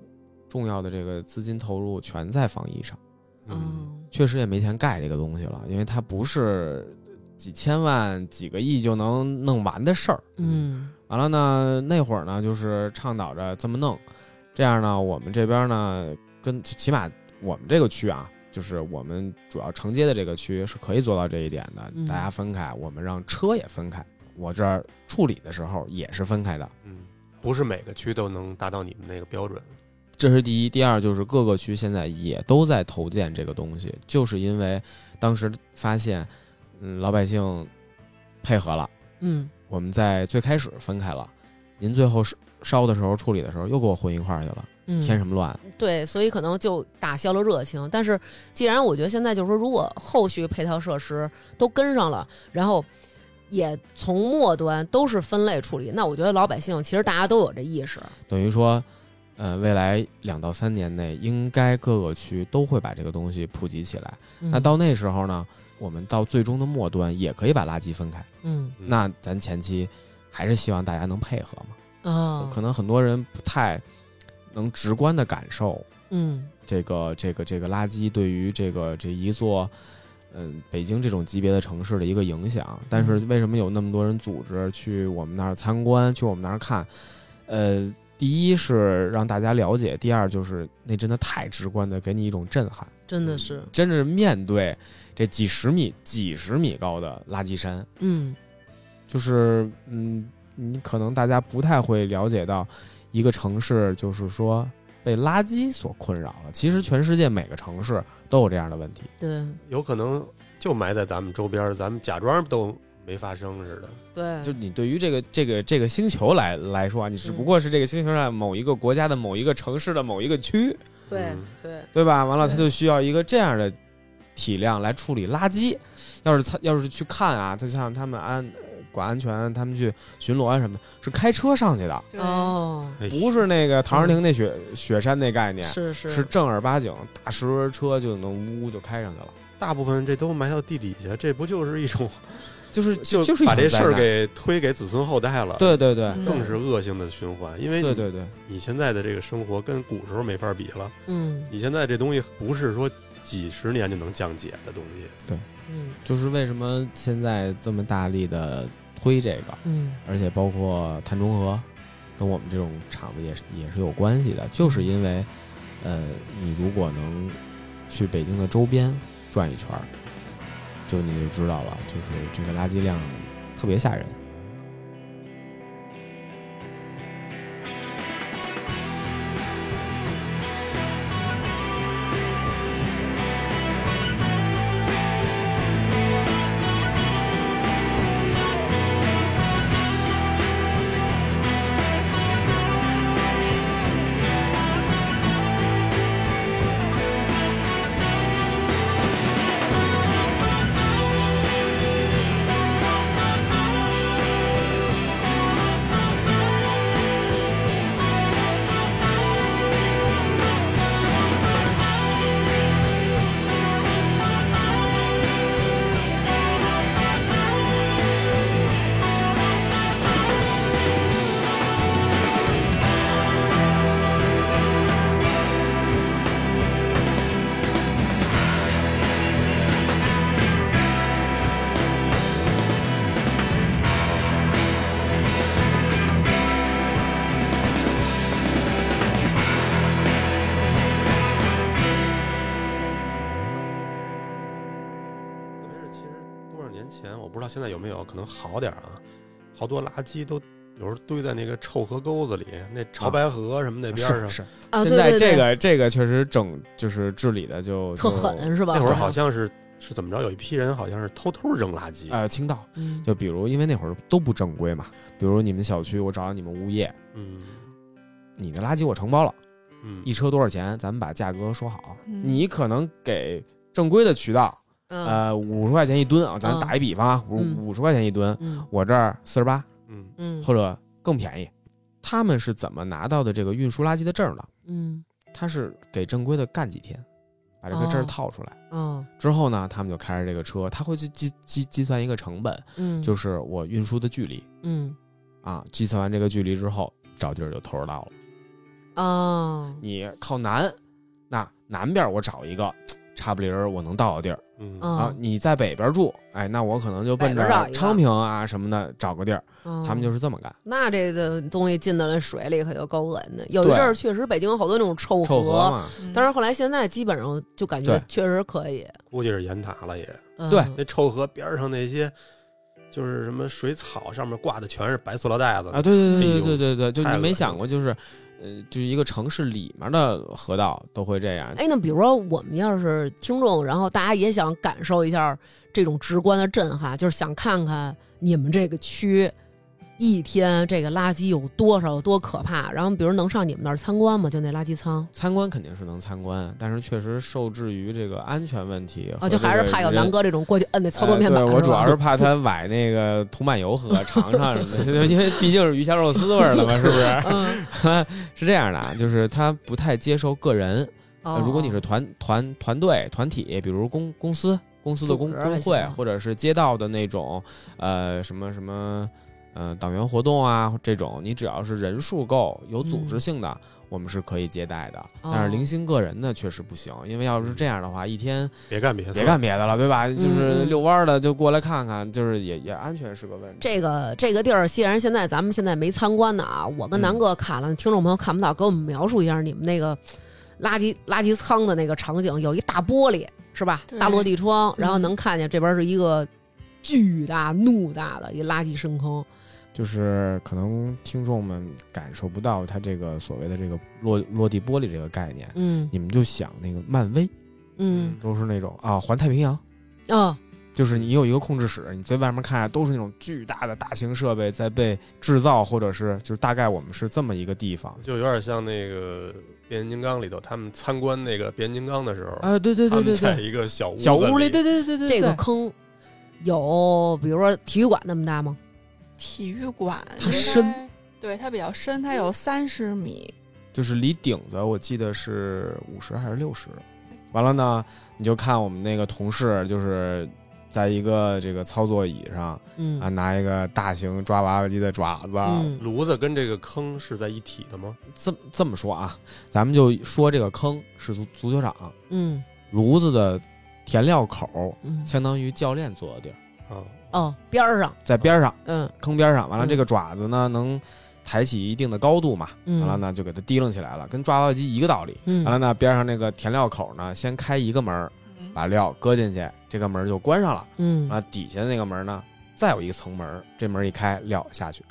Speaker 4: 重要的这个资金投入全在防疫上，
Speaker 3: 嗯，
Speaker 2: 嗯，
Speaker 4: 确实也没钱盖这个东西了，因为它不是几千万、几个亿就能弄完的事儿。
Speaker 2: 嗯，
Speaker 4: 完了呢，那会儿呢，就是倡导着这么弄，这样呢，我们这边呢，跟起起码我们这个区啊，就是我们主要承接的这个区是可以做到这一点的，
Speaker 2: 嗯
Speaker 4: 大家分开，我们让车也分开，我这儿处理的时候也是分开的，
Speaker 3: 嗯，不是每个区都能达到你们那个标准。
Speaker 4: 这是第一。第二就是各个区现在也都在投建这个东西，就是因为当时发现，嗯，老百姓配合了。
Speaker 2: 嗯，
Speaker 4: 我们在最开始分开了，您最后是烧的时候、处理的时候又给我混一块儿去了，
Speaker 2: 嗯，
Speaker 4: 添什么乱？
Speaker 2: 对，所以可能就打消了热情。但是既然我觉得现在就是说，如果后续配套设施都跟上了，然后也从末端都是分类处理，那我觉得老百姓其实大家都有这意识。
Speaker 4: 等于说，呃，未来两到三年内，应该各个区都会把这个东西普及起来。
Speaker 2: 嗯
Speaker 4: 那到那时候呢，我们到最终的末端也可以把垃圾分开。
Speaker 2: 嗯
Speaker 3: 嗯
Speaker 4: 那咱前期还是希望大家能配合嘛，
Speaker 2: 啊，
Speaker 4: 可能很多人不太能直观的感受
Speaker 2: 嗯
Speaker 4: 这个这个这个垃圾对于这个这一座。嗯，北京这种级别的城市的一个影响，但是为什么有那么多人组织去我们那儿参观，去我们那儿看？呃，第一是让大家了解，第二就是那真的太直观的给你一种震撼，
Speaker 2: 真的是
Speaker 4: 真是面对这几十米、几十米高的垃圾山，
Speaker 2: 嗯
Speaker 4: 就是嗯，你可能大家不太会了解到一个城市，就是说被垃圾所困扰了。其实全世界每个城市都有这样的问题。
Speaker 2: 对
Speaker 3: 有可能就埋在咱们周边儿，咱们假装都没发生似的。
Speaker 2: 对
Speaker 4: 就嗯你对于这个这个这个星球来来说啊，你只不过是这个星球上某一个国家的某一个城市的某一个区，
Speaker 2: 对
Speaker 3: 嗯
Speaker 2: 对
Speaker 4: 对吧？完了，
Speaker 2: 对
Speaker 4: 它就需要一个这样的体量来处理垃圾。要是他要是去看啊，就像他们安。呃管安全，他们去巡逻啊什么的，是开车上去的，
Speaker 2: 哦，
Speaker 3: 哎
Speaker 4: 不是那个唐人亭那雪雪山那概念，
Speaker 2: 是是
Speaker 4: 是正儿八经大石轮车就能呜就开上去了。
Speaker 3: 大部分这都埋到地底下，这不就是一种
Speaker 4: 就是就就是一
Speaker 3: 把
Speaker 4: 种
Speaker 3: 这事儿
Speaker 4: 灾难
Speaker 3: 给推给子孙后代了？，
Speaker 4: 对对对
Speaker 1: 嗯
Speaker 3: 更是恶性的循环，因为
Speaker 4: 对对对，
Speaker 3: 你现在的这个生活跟古时候没法比了，
Speaker 2: 嗯
Speaker 3: 你现在这东西不是说几十年就能降解的东西，
Speaker 2: 嗯
Speaker 4: 就是为什么现在这么大力的推这个，
Speaker 2: 嗯
Speaker 4: 而且包括碳中和，跟我们这种厂子也是也是有关系的，就是因为呃，你如果能去北京的周边转一圈儿，就你就知道了，就是这个垃圾量特别吓人。
Speaker 3: 特别是其实多少年前，我不知道现在有没有，可能好点儿啊，好多垃圾都有时候堆在那个臭河沟子里，那潮白河什么那边儿上。
Speaker 4: 是，
Speaker 2: 啊，
Speaker 4: 现
Speaker 2: 对
Speaker 4: 在
Speaker 2: 对
Speaker 4: 这
Speaker 2: 对，
Speaker 4: 个这个确实整就是治理的就
Speaker 2: 特
Speaker 4: 就
Speaker 2: 狠是吧？
Speaker 3: 那会儿好像是是怎么着，有一批人好像是偷偷扔垃圾，
Speaker 4: 呃，青岛
Speaker 2: 嗯
Speaker 4: 就比如因为那会儿都不正规嘛，比如你们小区我找你们物业，
Speaker 3: 嗯
Speaker 4: 你的垃圾我承包了，
Speaker 3: 嗯，
Speaker 4: 一车多少钱，咱们把价格说好。
Speaker 1: 嗯
Speaker 4: 你可能给正规的渠道，
Speaker 2: 嗯
Speaker 4: 呃，五十块钱一吨啊，咱
Speaker 2: 嗯
Speaker 4: 打一比方啊，
Speaker 2: 嗯
Speaker 4: 五五十块钱一吨，
Speaker 2: 嗯
Speaker 4: 我这儿四十八
Speaker 3: 嗯
Speaker 2: 嗯
Speaker 4: 或者更便宜。他们是怎么拿到的这个运输垃圾的证儿呢？
Speaker 2: 嗯
Speaker 4: 他是给正规的干几天，把这个证儿
Speaker 2: 哦
Speaker 4: 套出来
Speaker 2: 哦
Speaker 4: 之后呢，他们就开着这个车，他会去计计计算一个成本，
Speaker 2: 嗯
Speaker 4: 就是我运输的距离
Speaker 2: 嗯
Speaker 4: 啊，计算完这个距离之后，找地儿就投入到了。
Speaker 2: 哦
Speaker 4: 你靠南，那南边我找一个差不离儿我能到的地儿
Speaker 3: 嗯
Speaker 2: 嗯
Speaker 4: 啊。你在北边住，哎，那我可能就奔
Speaker 2: 北边找
Speaker 4: 着
Speaker 2: 一个
Speaker 4: 昌平啊什么的找个地儿。
Speaker 2: 哦
Speaker 4: 他们就是这么干，
Speaker 2: 那这个东西进到那水里可就够恶心的。有一阵儿确实北京有好多那种臭
Speaker 4: 臭
Speaker 2: 河，
Speaker 4: 嘛。
Speaker 1: 嗯
Speaker 2: 但是后来现在基本上就感觉
Speaker 4: 对
Speaker 2: 确实可以。
Speaker 3: 估计是严打了也。
Speaker 2: 嗯
Speaker 4: 对
Speaker 3: 那臭河边儿上那些就是什么水草上面挂的全是白塑料袋子
Speaker 4: 啊，对对
Speaker 3: 哎
Speaker 4: 对
Speaker 3: 呦
Speaker 4: 对对对，就
Speaker 3: 太
Speaker 4: 你
Speaker 3: 恶
Speaker 4: 没
Speaker 3: 心
Speaker 4: 想
Speaker 3: 了
Speaker 4: 过，就是，呃，就是一个城市里面的河道都会这样。
Speaker 2: 哎，那比如说我们要是听众，然后大家也想感受一下这种直观的震撼，就是想看看你们这个区一天这个垃圾有多少，有多可怕。然后比如能上你们那儿参观吗？就那垃圾仓
Speaker 4: 参观肯定是能参观，但是确实受制于这个安全问题
Speaker 2: 啊，
Speaker 4: 和
Speaker 2: 就
Speaker 4: 这
Speaker 2: 还是
Speaker 4: 个
Speaker 2: 怕有
Speaker 4: 人
Speaker 2: 南哥这种过去摁那操作面板。
Speaker 4: 呃对我主要
Speaker 2: 是
Speaker 4: 是
Speaker 2: 吧
Speaker 4: 怕他崴那个涂满油喝尝尝什
Speaker 2: <laughs>
Speaker 4: 么的，因为毕竟是鱼香肉丝味儿的嘛，是不是？ <laughs>
Speaker 2: 嗯，
Speaker 4: 是这样的啊，就是他不太接受个人。呃
Speaker 2: 哦
Speaker 4: 如果你是团团团队、团体，比如公公司、公司的公
Speaker 2: 组织
Speaker 4: 工
Speaker 2: 还
Speaker 4: 会
Speaker 2: 行，啊
Speaker 4: 或者是街道的那种呃什么什么呃党员活动啊这种，你只要是人数够、有组织
Speaker 2: 嗯
Speaker 4: 性的，我们是可以接待的。
Speaker 2: 哦
Speaker 4: 但是零星个人呢，确实不行，因为要是这样的话，一天。
Speaker 3: 别干别的，
Speaker 4: 别干别的了，对吧？就是
Speaker 2: 嗯
Speaker 4: 遛弯儿的就过来看看，就是也也安全是个问题。
Speaker 2: 这个这个地儿，既然现在咱们现在没参观呢啊，我跟南哥看了，听众朋友看不到，给我们描述一下你们那个垃圾垃圾仓的那个场景，有一大玻璃是吧？
Speaker 1: 对
Speaker 2: 大落地窗，然后
Speaker 1: 嗯
Speaker 2: 能看见这边是一个巨大怒大的一垃圾深坑，
Speaker 4: 就是可能听众们感受不到它这个所谓的这个落落地玻璃这个概念，
Speaker 2: 嗯
Speaker 4: 你们就想那个漫威
Speaker 2: 嗯
Speaker 4: 都是那种啊环太平洋，嗯
Speaker 2: 哦
Speaker 4: 就是
Speaker 3: 嗯
Speaker 4: 你有一个控制室，你最外面看着啊都是那种巨大的大型设备在被制造，或者是就是大概我们是这么一个地方。
Speaker 3: 就有点像那个变形金刚里头，他们参观那个变形金刚的时候，
Speaker 4: 啊，对对
Speaker 3: 他
Speaker 4: 对
Speaker 3: 们
Speaker 4: 对
Speaker 3: 在
Speaker 4: 对，
Speaker 3: 一个小屋
Speaker 4: 小屋
Speaker 3: 里，
Speaker 4: 里，对对对对，
Speaker 2: 这个
Speaker 4: 对
Speaker 2: 坑有比如说体育馆那么大吗？
Speaker 1: 体育馆
Speaker 4: 它
Speaker 1: 应该
Speaker 4: 深，
Speaker 1: 对它比较深，它有三十米，
Speaker 4: 就是离顶子我记得是五十还是六十。完了呢，你就看我们那个同事就是在一个这个操作椅上
Speaker 2: 嗯
Speaker 4: 啊，拿一个大型抓娃娃机的爪子，
Speaker 2: 嗯，
Speaker 3: 炉子跟这个坑是在一体的吗？
Speaker 4: 这么这么说啊，咱们就说这个坑是足足球场
Speaker 2: 嗯
Speaker 4: 炉子的填料口，
Speaker 2: 嗯，
Speaker 4: 相当于教练坐的地儿，
Speaker 3: 啊，
Speaker 2: 哦，边儿上，
Speaker 4: 在边上
Speaker 2: 嗯
Speaker 4: 坑边上，完了
Speaker 2: 嗯
Speaker 4: 这个爪子呢能抬起一定的高度嘛，
Speaker 2: 嗯，
Speaker 4: 完了呢就给它提楞起来了，跟抓娃娃机一个道理。
Speaker 2: 嗯，
Speaker 4: 完了呢，边上那个填料口呢，先开一个门儿，
Speaker 1: 嗯
Speaker 4: 把料搁进去，这个门儿就关上了。
Speaker 2: 嗯，
Speaker 4: 啊，底下那个门儿呢，再有一层门儿，这门儿一开，料下去，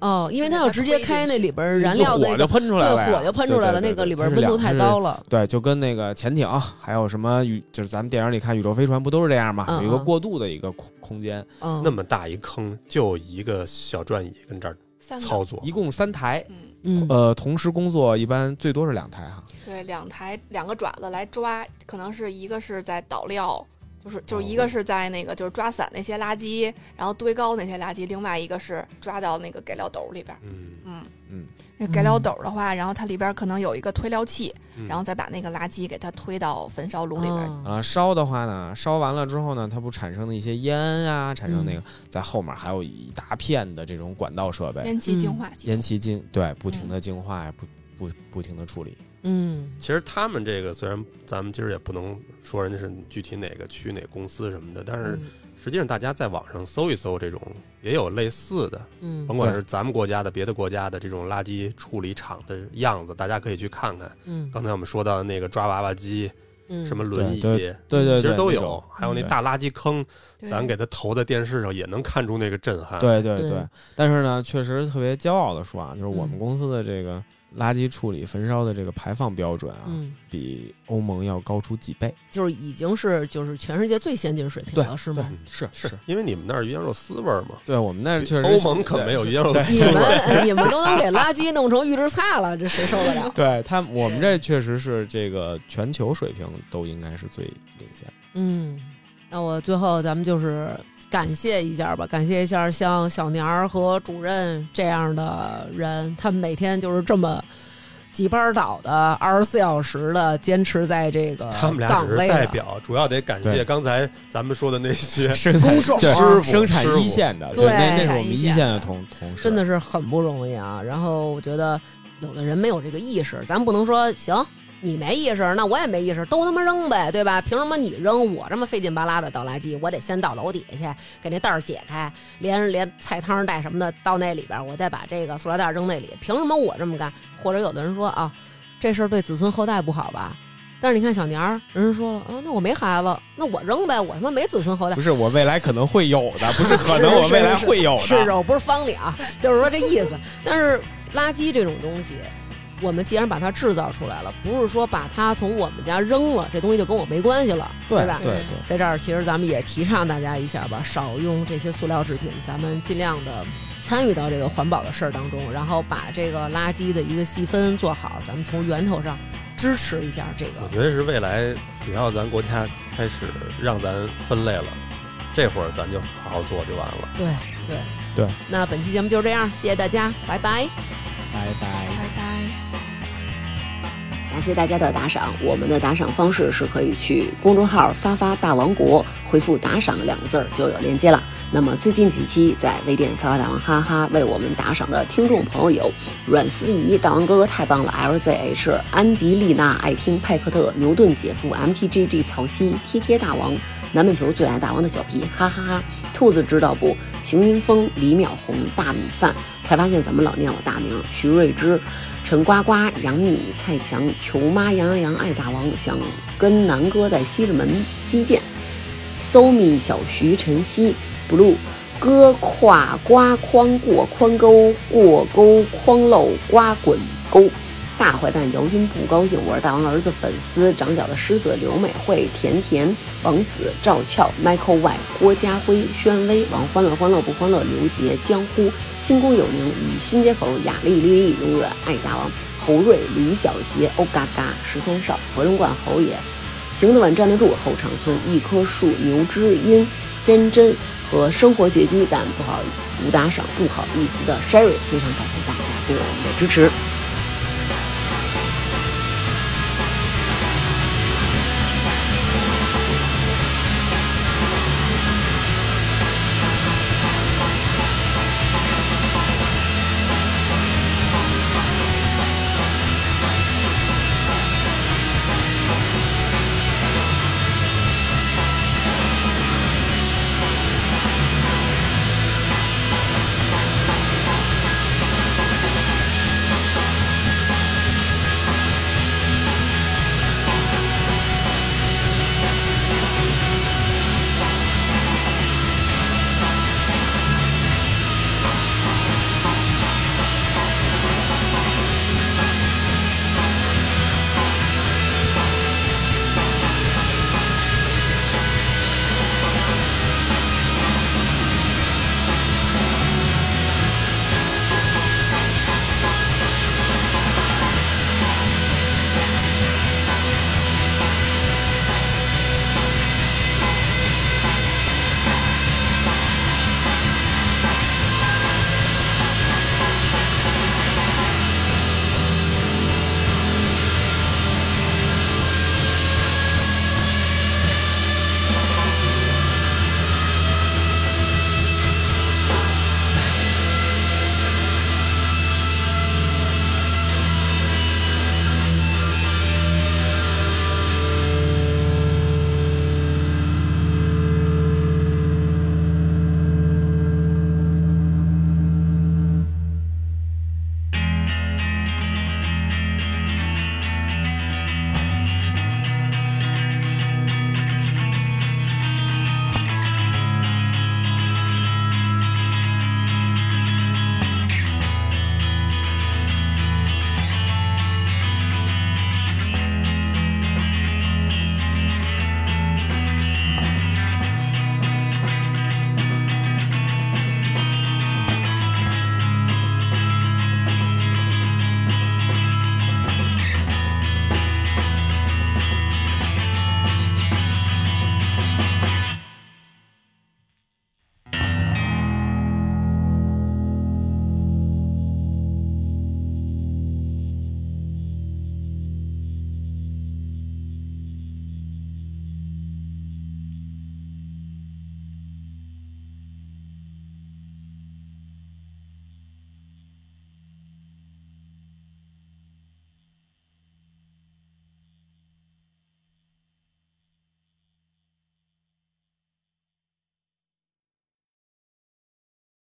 Speaker 2: 哦，因为它要直接开那里边儿燃料
Speaker 4: 那
Speaker 2: 的
Speaker 4: 火
Speaker 2: 那
Speaker 4: 就
Speaker 2: 个，
Speaker 4: 喷出来了呀，
Speaker 2: 对，火就喷出来了，
Speaker 4: 对
Speaker 2: 那个里边儿
Speaker 4: 对
Speaker 2: 温
Speaker 4: 对
Speaker 2: 度
Speaker 4: 它
Speaker 2: 太
Speaker 4: 是
Speaker 2: 高了，
Speaker 4: 对，就跟那个潜艇，还有什么宇，就是咱们电影里看宇宙飞船，不都是这样吗？
Speaker 2: 嗯
Speaker 4: 有一个
Speaker 2: 嗯
Speaker 4: 过渡的一个空空间，
Speaker 2: 嗯，
Speaker 3: 那么大一坑，就一个小转椅跟这儿
Speaker 1: 三
Speaker 3: 操
Speaker 1: 个，
Speaker 3: 作，
Speaker 4: 一共三台，
Speaker 1: 嗯，
Speaker 2: 嗯
Speaker 4: 呃，同时工作一般最多是两台哈。
Speaker 1: 对，两台两个爪子来抓，可能是一个是在倒料，就是就是
Speaker 4: 哦
Speaker 1: 一个是在那个就是抓散那些垃圾，然后堆高那些垃圾，另外一个是抓到那个给料斗里边儿。
Speaker 3: 嗯，
Speaker 1: 嗯
Speaker 4: 嗯，
Speaker 1: 那给料
Speaker 2: 嗯
Speaker 1: 斗的话，然后它里边儿可能有一个推料器，
Speaker 3: 嗯
Speaker 1: 然后再把那个垃圾给它推到焚烧炉里边儿。
Speaker 2: 哦
Speaker 4: 啊，烧的话呢，烧完了之后呢，它不产生的一些烟啊，产生那个、在后面还有一大片的这种管道设备，
Speaker 1: 烟气净
Speaker 2: 嗯
Speaker 1: 化系
Speaker 4: 烟
Speaker 1: 统，
Speaker 4: 气净对，不停的净化，不不不停的处理。
Speaker 2: 嗯
Speaker 3: 其实他们这个虽然咱们今儿也不能说人家是具体哪个区哪个公司什么的，但是
Speaker 2: 嗯
Speaker 3: 实际上大家在网上搜一搜，这种也有类似的，
Speaker 2: 嗯
Speaker 3: 甭管是咱们国家的、别的国家的这种垃圾处理厂的样子，大家可以去看看。
Speaker 2: 嗯
Speaker 3: 刚才我们说到那个抓娃娃机、
Speaker 2: 嗯
Speaker 3: 什么轮椅，
Speaker 4: 对对对对，
Speaker 3: 其实都
Speaker 4: 那
Speaker 3: 有
Speaker 4: 种，嗯
Speaker 3: 还有那
Speaker 4: 对
Speaker 3: 大垃圾坑，
Speaker 1: 对
Speaker 3: 咱给它投在电视上也能看出那个震撼。，
Speaker 4: 对对
Speaker 2: 对
Speaker 4: 对，但是呢，确实特别骄傲的说啊，就是我们
Speaker 2: 嗯
Speaker 4: 公司的这个垃圾处理、焚烧的这个排放标准啊，
Speaker 2: 嗯，
Speaker 4: 比欧盟要高出几倍。
Speaker 2: 就是已经是就是全世界最先进水平了，是吗？
Speaker 4: 是
Speaker 3: 嗯是，因为你们那儿鱼香肉丝味儿嘛，
Speaker 4: 对我们那儿确实
Speaker 3: 欧
Speaker 4: 是
Speaker 3: 盟可没
Speaker 4: <laughs>
Speaker 3: 有
Speaker 4: 对
Speaker 3: 鱼香肉丝
Speaker 2: 你
Speaker 3: 味儿。
Speaker 2: 们你们都能给垃圾弄成预制菜了，这谁受得了？
Speaker 4: 对他，我们这确实是这个全球水平都应该是最领先。
Speaker 2: 嗯，那我最后咱们就是感谢一下吧，感谢一下像小年儿和主任这样的人，他们每天就是这么。几班倒的，二十四小时的坚持在这个
Speaker 3: <laughs> 他们俩
Speaker 2: 岗
Speaker 3: 只是
Speaker 2: 位
Speaker 3: 代
Speaker 2: 上，
Speaker 3: 表，主要得感谢
Speaker 4: 对
Speaker 3: 刚才咱们说的那些
Speaker 4: 生
Speaker 2: 工种
Speaker 4: 对
Speaker 2: 啊
Speaker 3: 师傅
Speaker 4: 生产
Speaker 3: 师傅
Speaker 4: 一线的，
Speaker 2: 对
Speaker 4: 那那是我
Speaker 1: 生
Speaker 4: 们
Speaker 1: 产一
Speaker 4: 一
Speaker 1: 线
Speaker 4: 线
Speaker 1: 的
Speaker 4: 的同同事，
Speaker 2: 真的是很不容易啊。然后我觉得有的人没有这个意识，咱不能说行。你没意识，那我也没意识，都他妈扔呗，对吧？凭什么你扔，我这么费劲巴拉的倒垃圾，我得先到楼底下去给那袋儿解开，连连菜汤带什么的到那里边儿，我再把这个塑料袋儿扔那里。凭什么我这么干？或者有的人说啊，这事儿对子孙后代不好吧？但是你看小年儿，人家说了啊，那我没孩子，那我扔呗，我他妈没子孙后代
Speaker 4: 不。是我未来可能会有的，不是可
Speaker 2: 是
Speaker 4: 能我
Speaker 2: 是
Speaker 4: 未来
Speaker 2: 是
Speaker 4: 会有的。
Speaker 2: 是我不是方你啊，就是说这意思。但是垃圾这种东西，我们既然把它制造出来了，不是说把它从我们家扔了，这东西就跟我没关系了，
Speaker 4: 对
Speaker 2: 吧？
Speaker 4: 对
Speaker 1: 嗯
Speaker 4: 对，
Speaker 2: 在这儿，其实咱们也提倡大家一下吧，少用这些塑料制品，咱们尽量的参与到这个环保的事儿当中，然后把这个垃圾的一个细分做好，咱们从源头上支持一下这
Speaker 3: 我
Speaker 2: 个。
Speaker 3: 觉得是未来，只要咱国家开始让咱分类了，这会儿咱就好好做就完了。
Speaker 2: 对对
Speaker 4: 对。
Speaker 2: 那本期节目就是这样，谢谢大家，拜拜。
Speaker 4: 拜拜。
Speaker 1: 拜拜。
Speaker 5: 感谢大家的打赏，我们的打赏方式是可以去公众号“发发大王国”回复“打赏”两个字儿就有链接了。那么最近几期在微店“发发大王哈哈”为我们打赏的听众朋友有阮思怡、大王哥哥太棒了、LZH、安吉丽娜、爱听派克特、牛顿姐夫、MTGG、曹曦、贴贴大王、南半球最爱大王的小皮，哈哈哈！兔子知道不？邢云峰、李淼红、大米饭，才发现怎么老念我大名。徐瑞之、陈呱呱、杨米、蔡强、球妈、杨洋洋、爱大王，想跟南哥在西直门击剑。搜米小徐晨曦 blue 哥跨刮筐过宽沟过沟筐漏刮滚沟。大坏蛋姚军不高兴，我是大王儿子粉丝，长角的狮子刘美惠、甜甜、王子、赵俏、Michael Y、郭家辉、宣威、王欢乐、欢乐不欢乐、刘杰、江乎、星光有宁、与新街口、雅丽、丽丽、永远、爱大王、侯瑞、吕小杰、欧嘎嘎、十三少、回龙观侯爷、行得稳站得住，后场村一棵树，牛知音，真真和生活拮据但不好无打赏不好意思的 Sherry，非常感谢大家对我们的支持。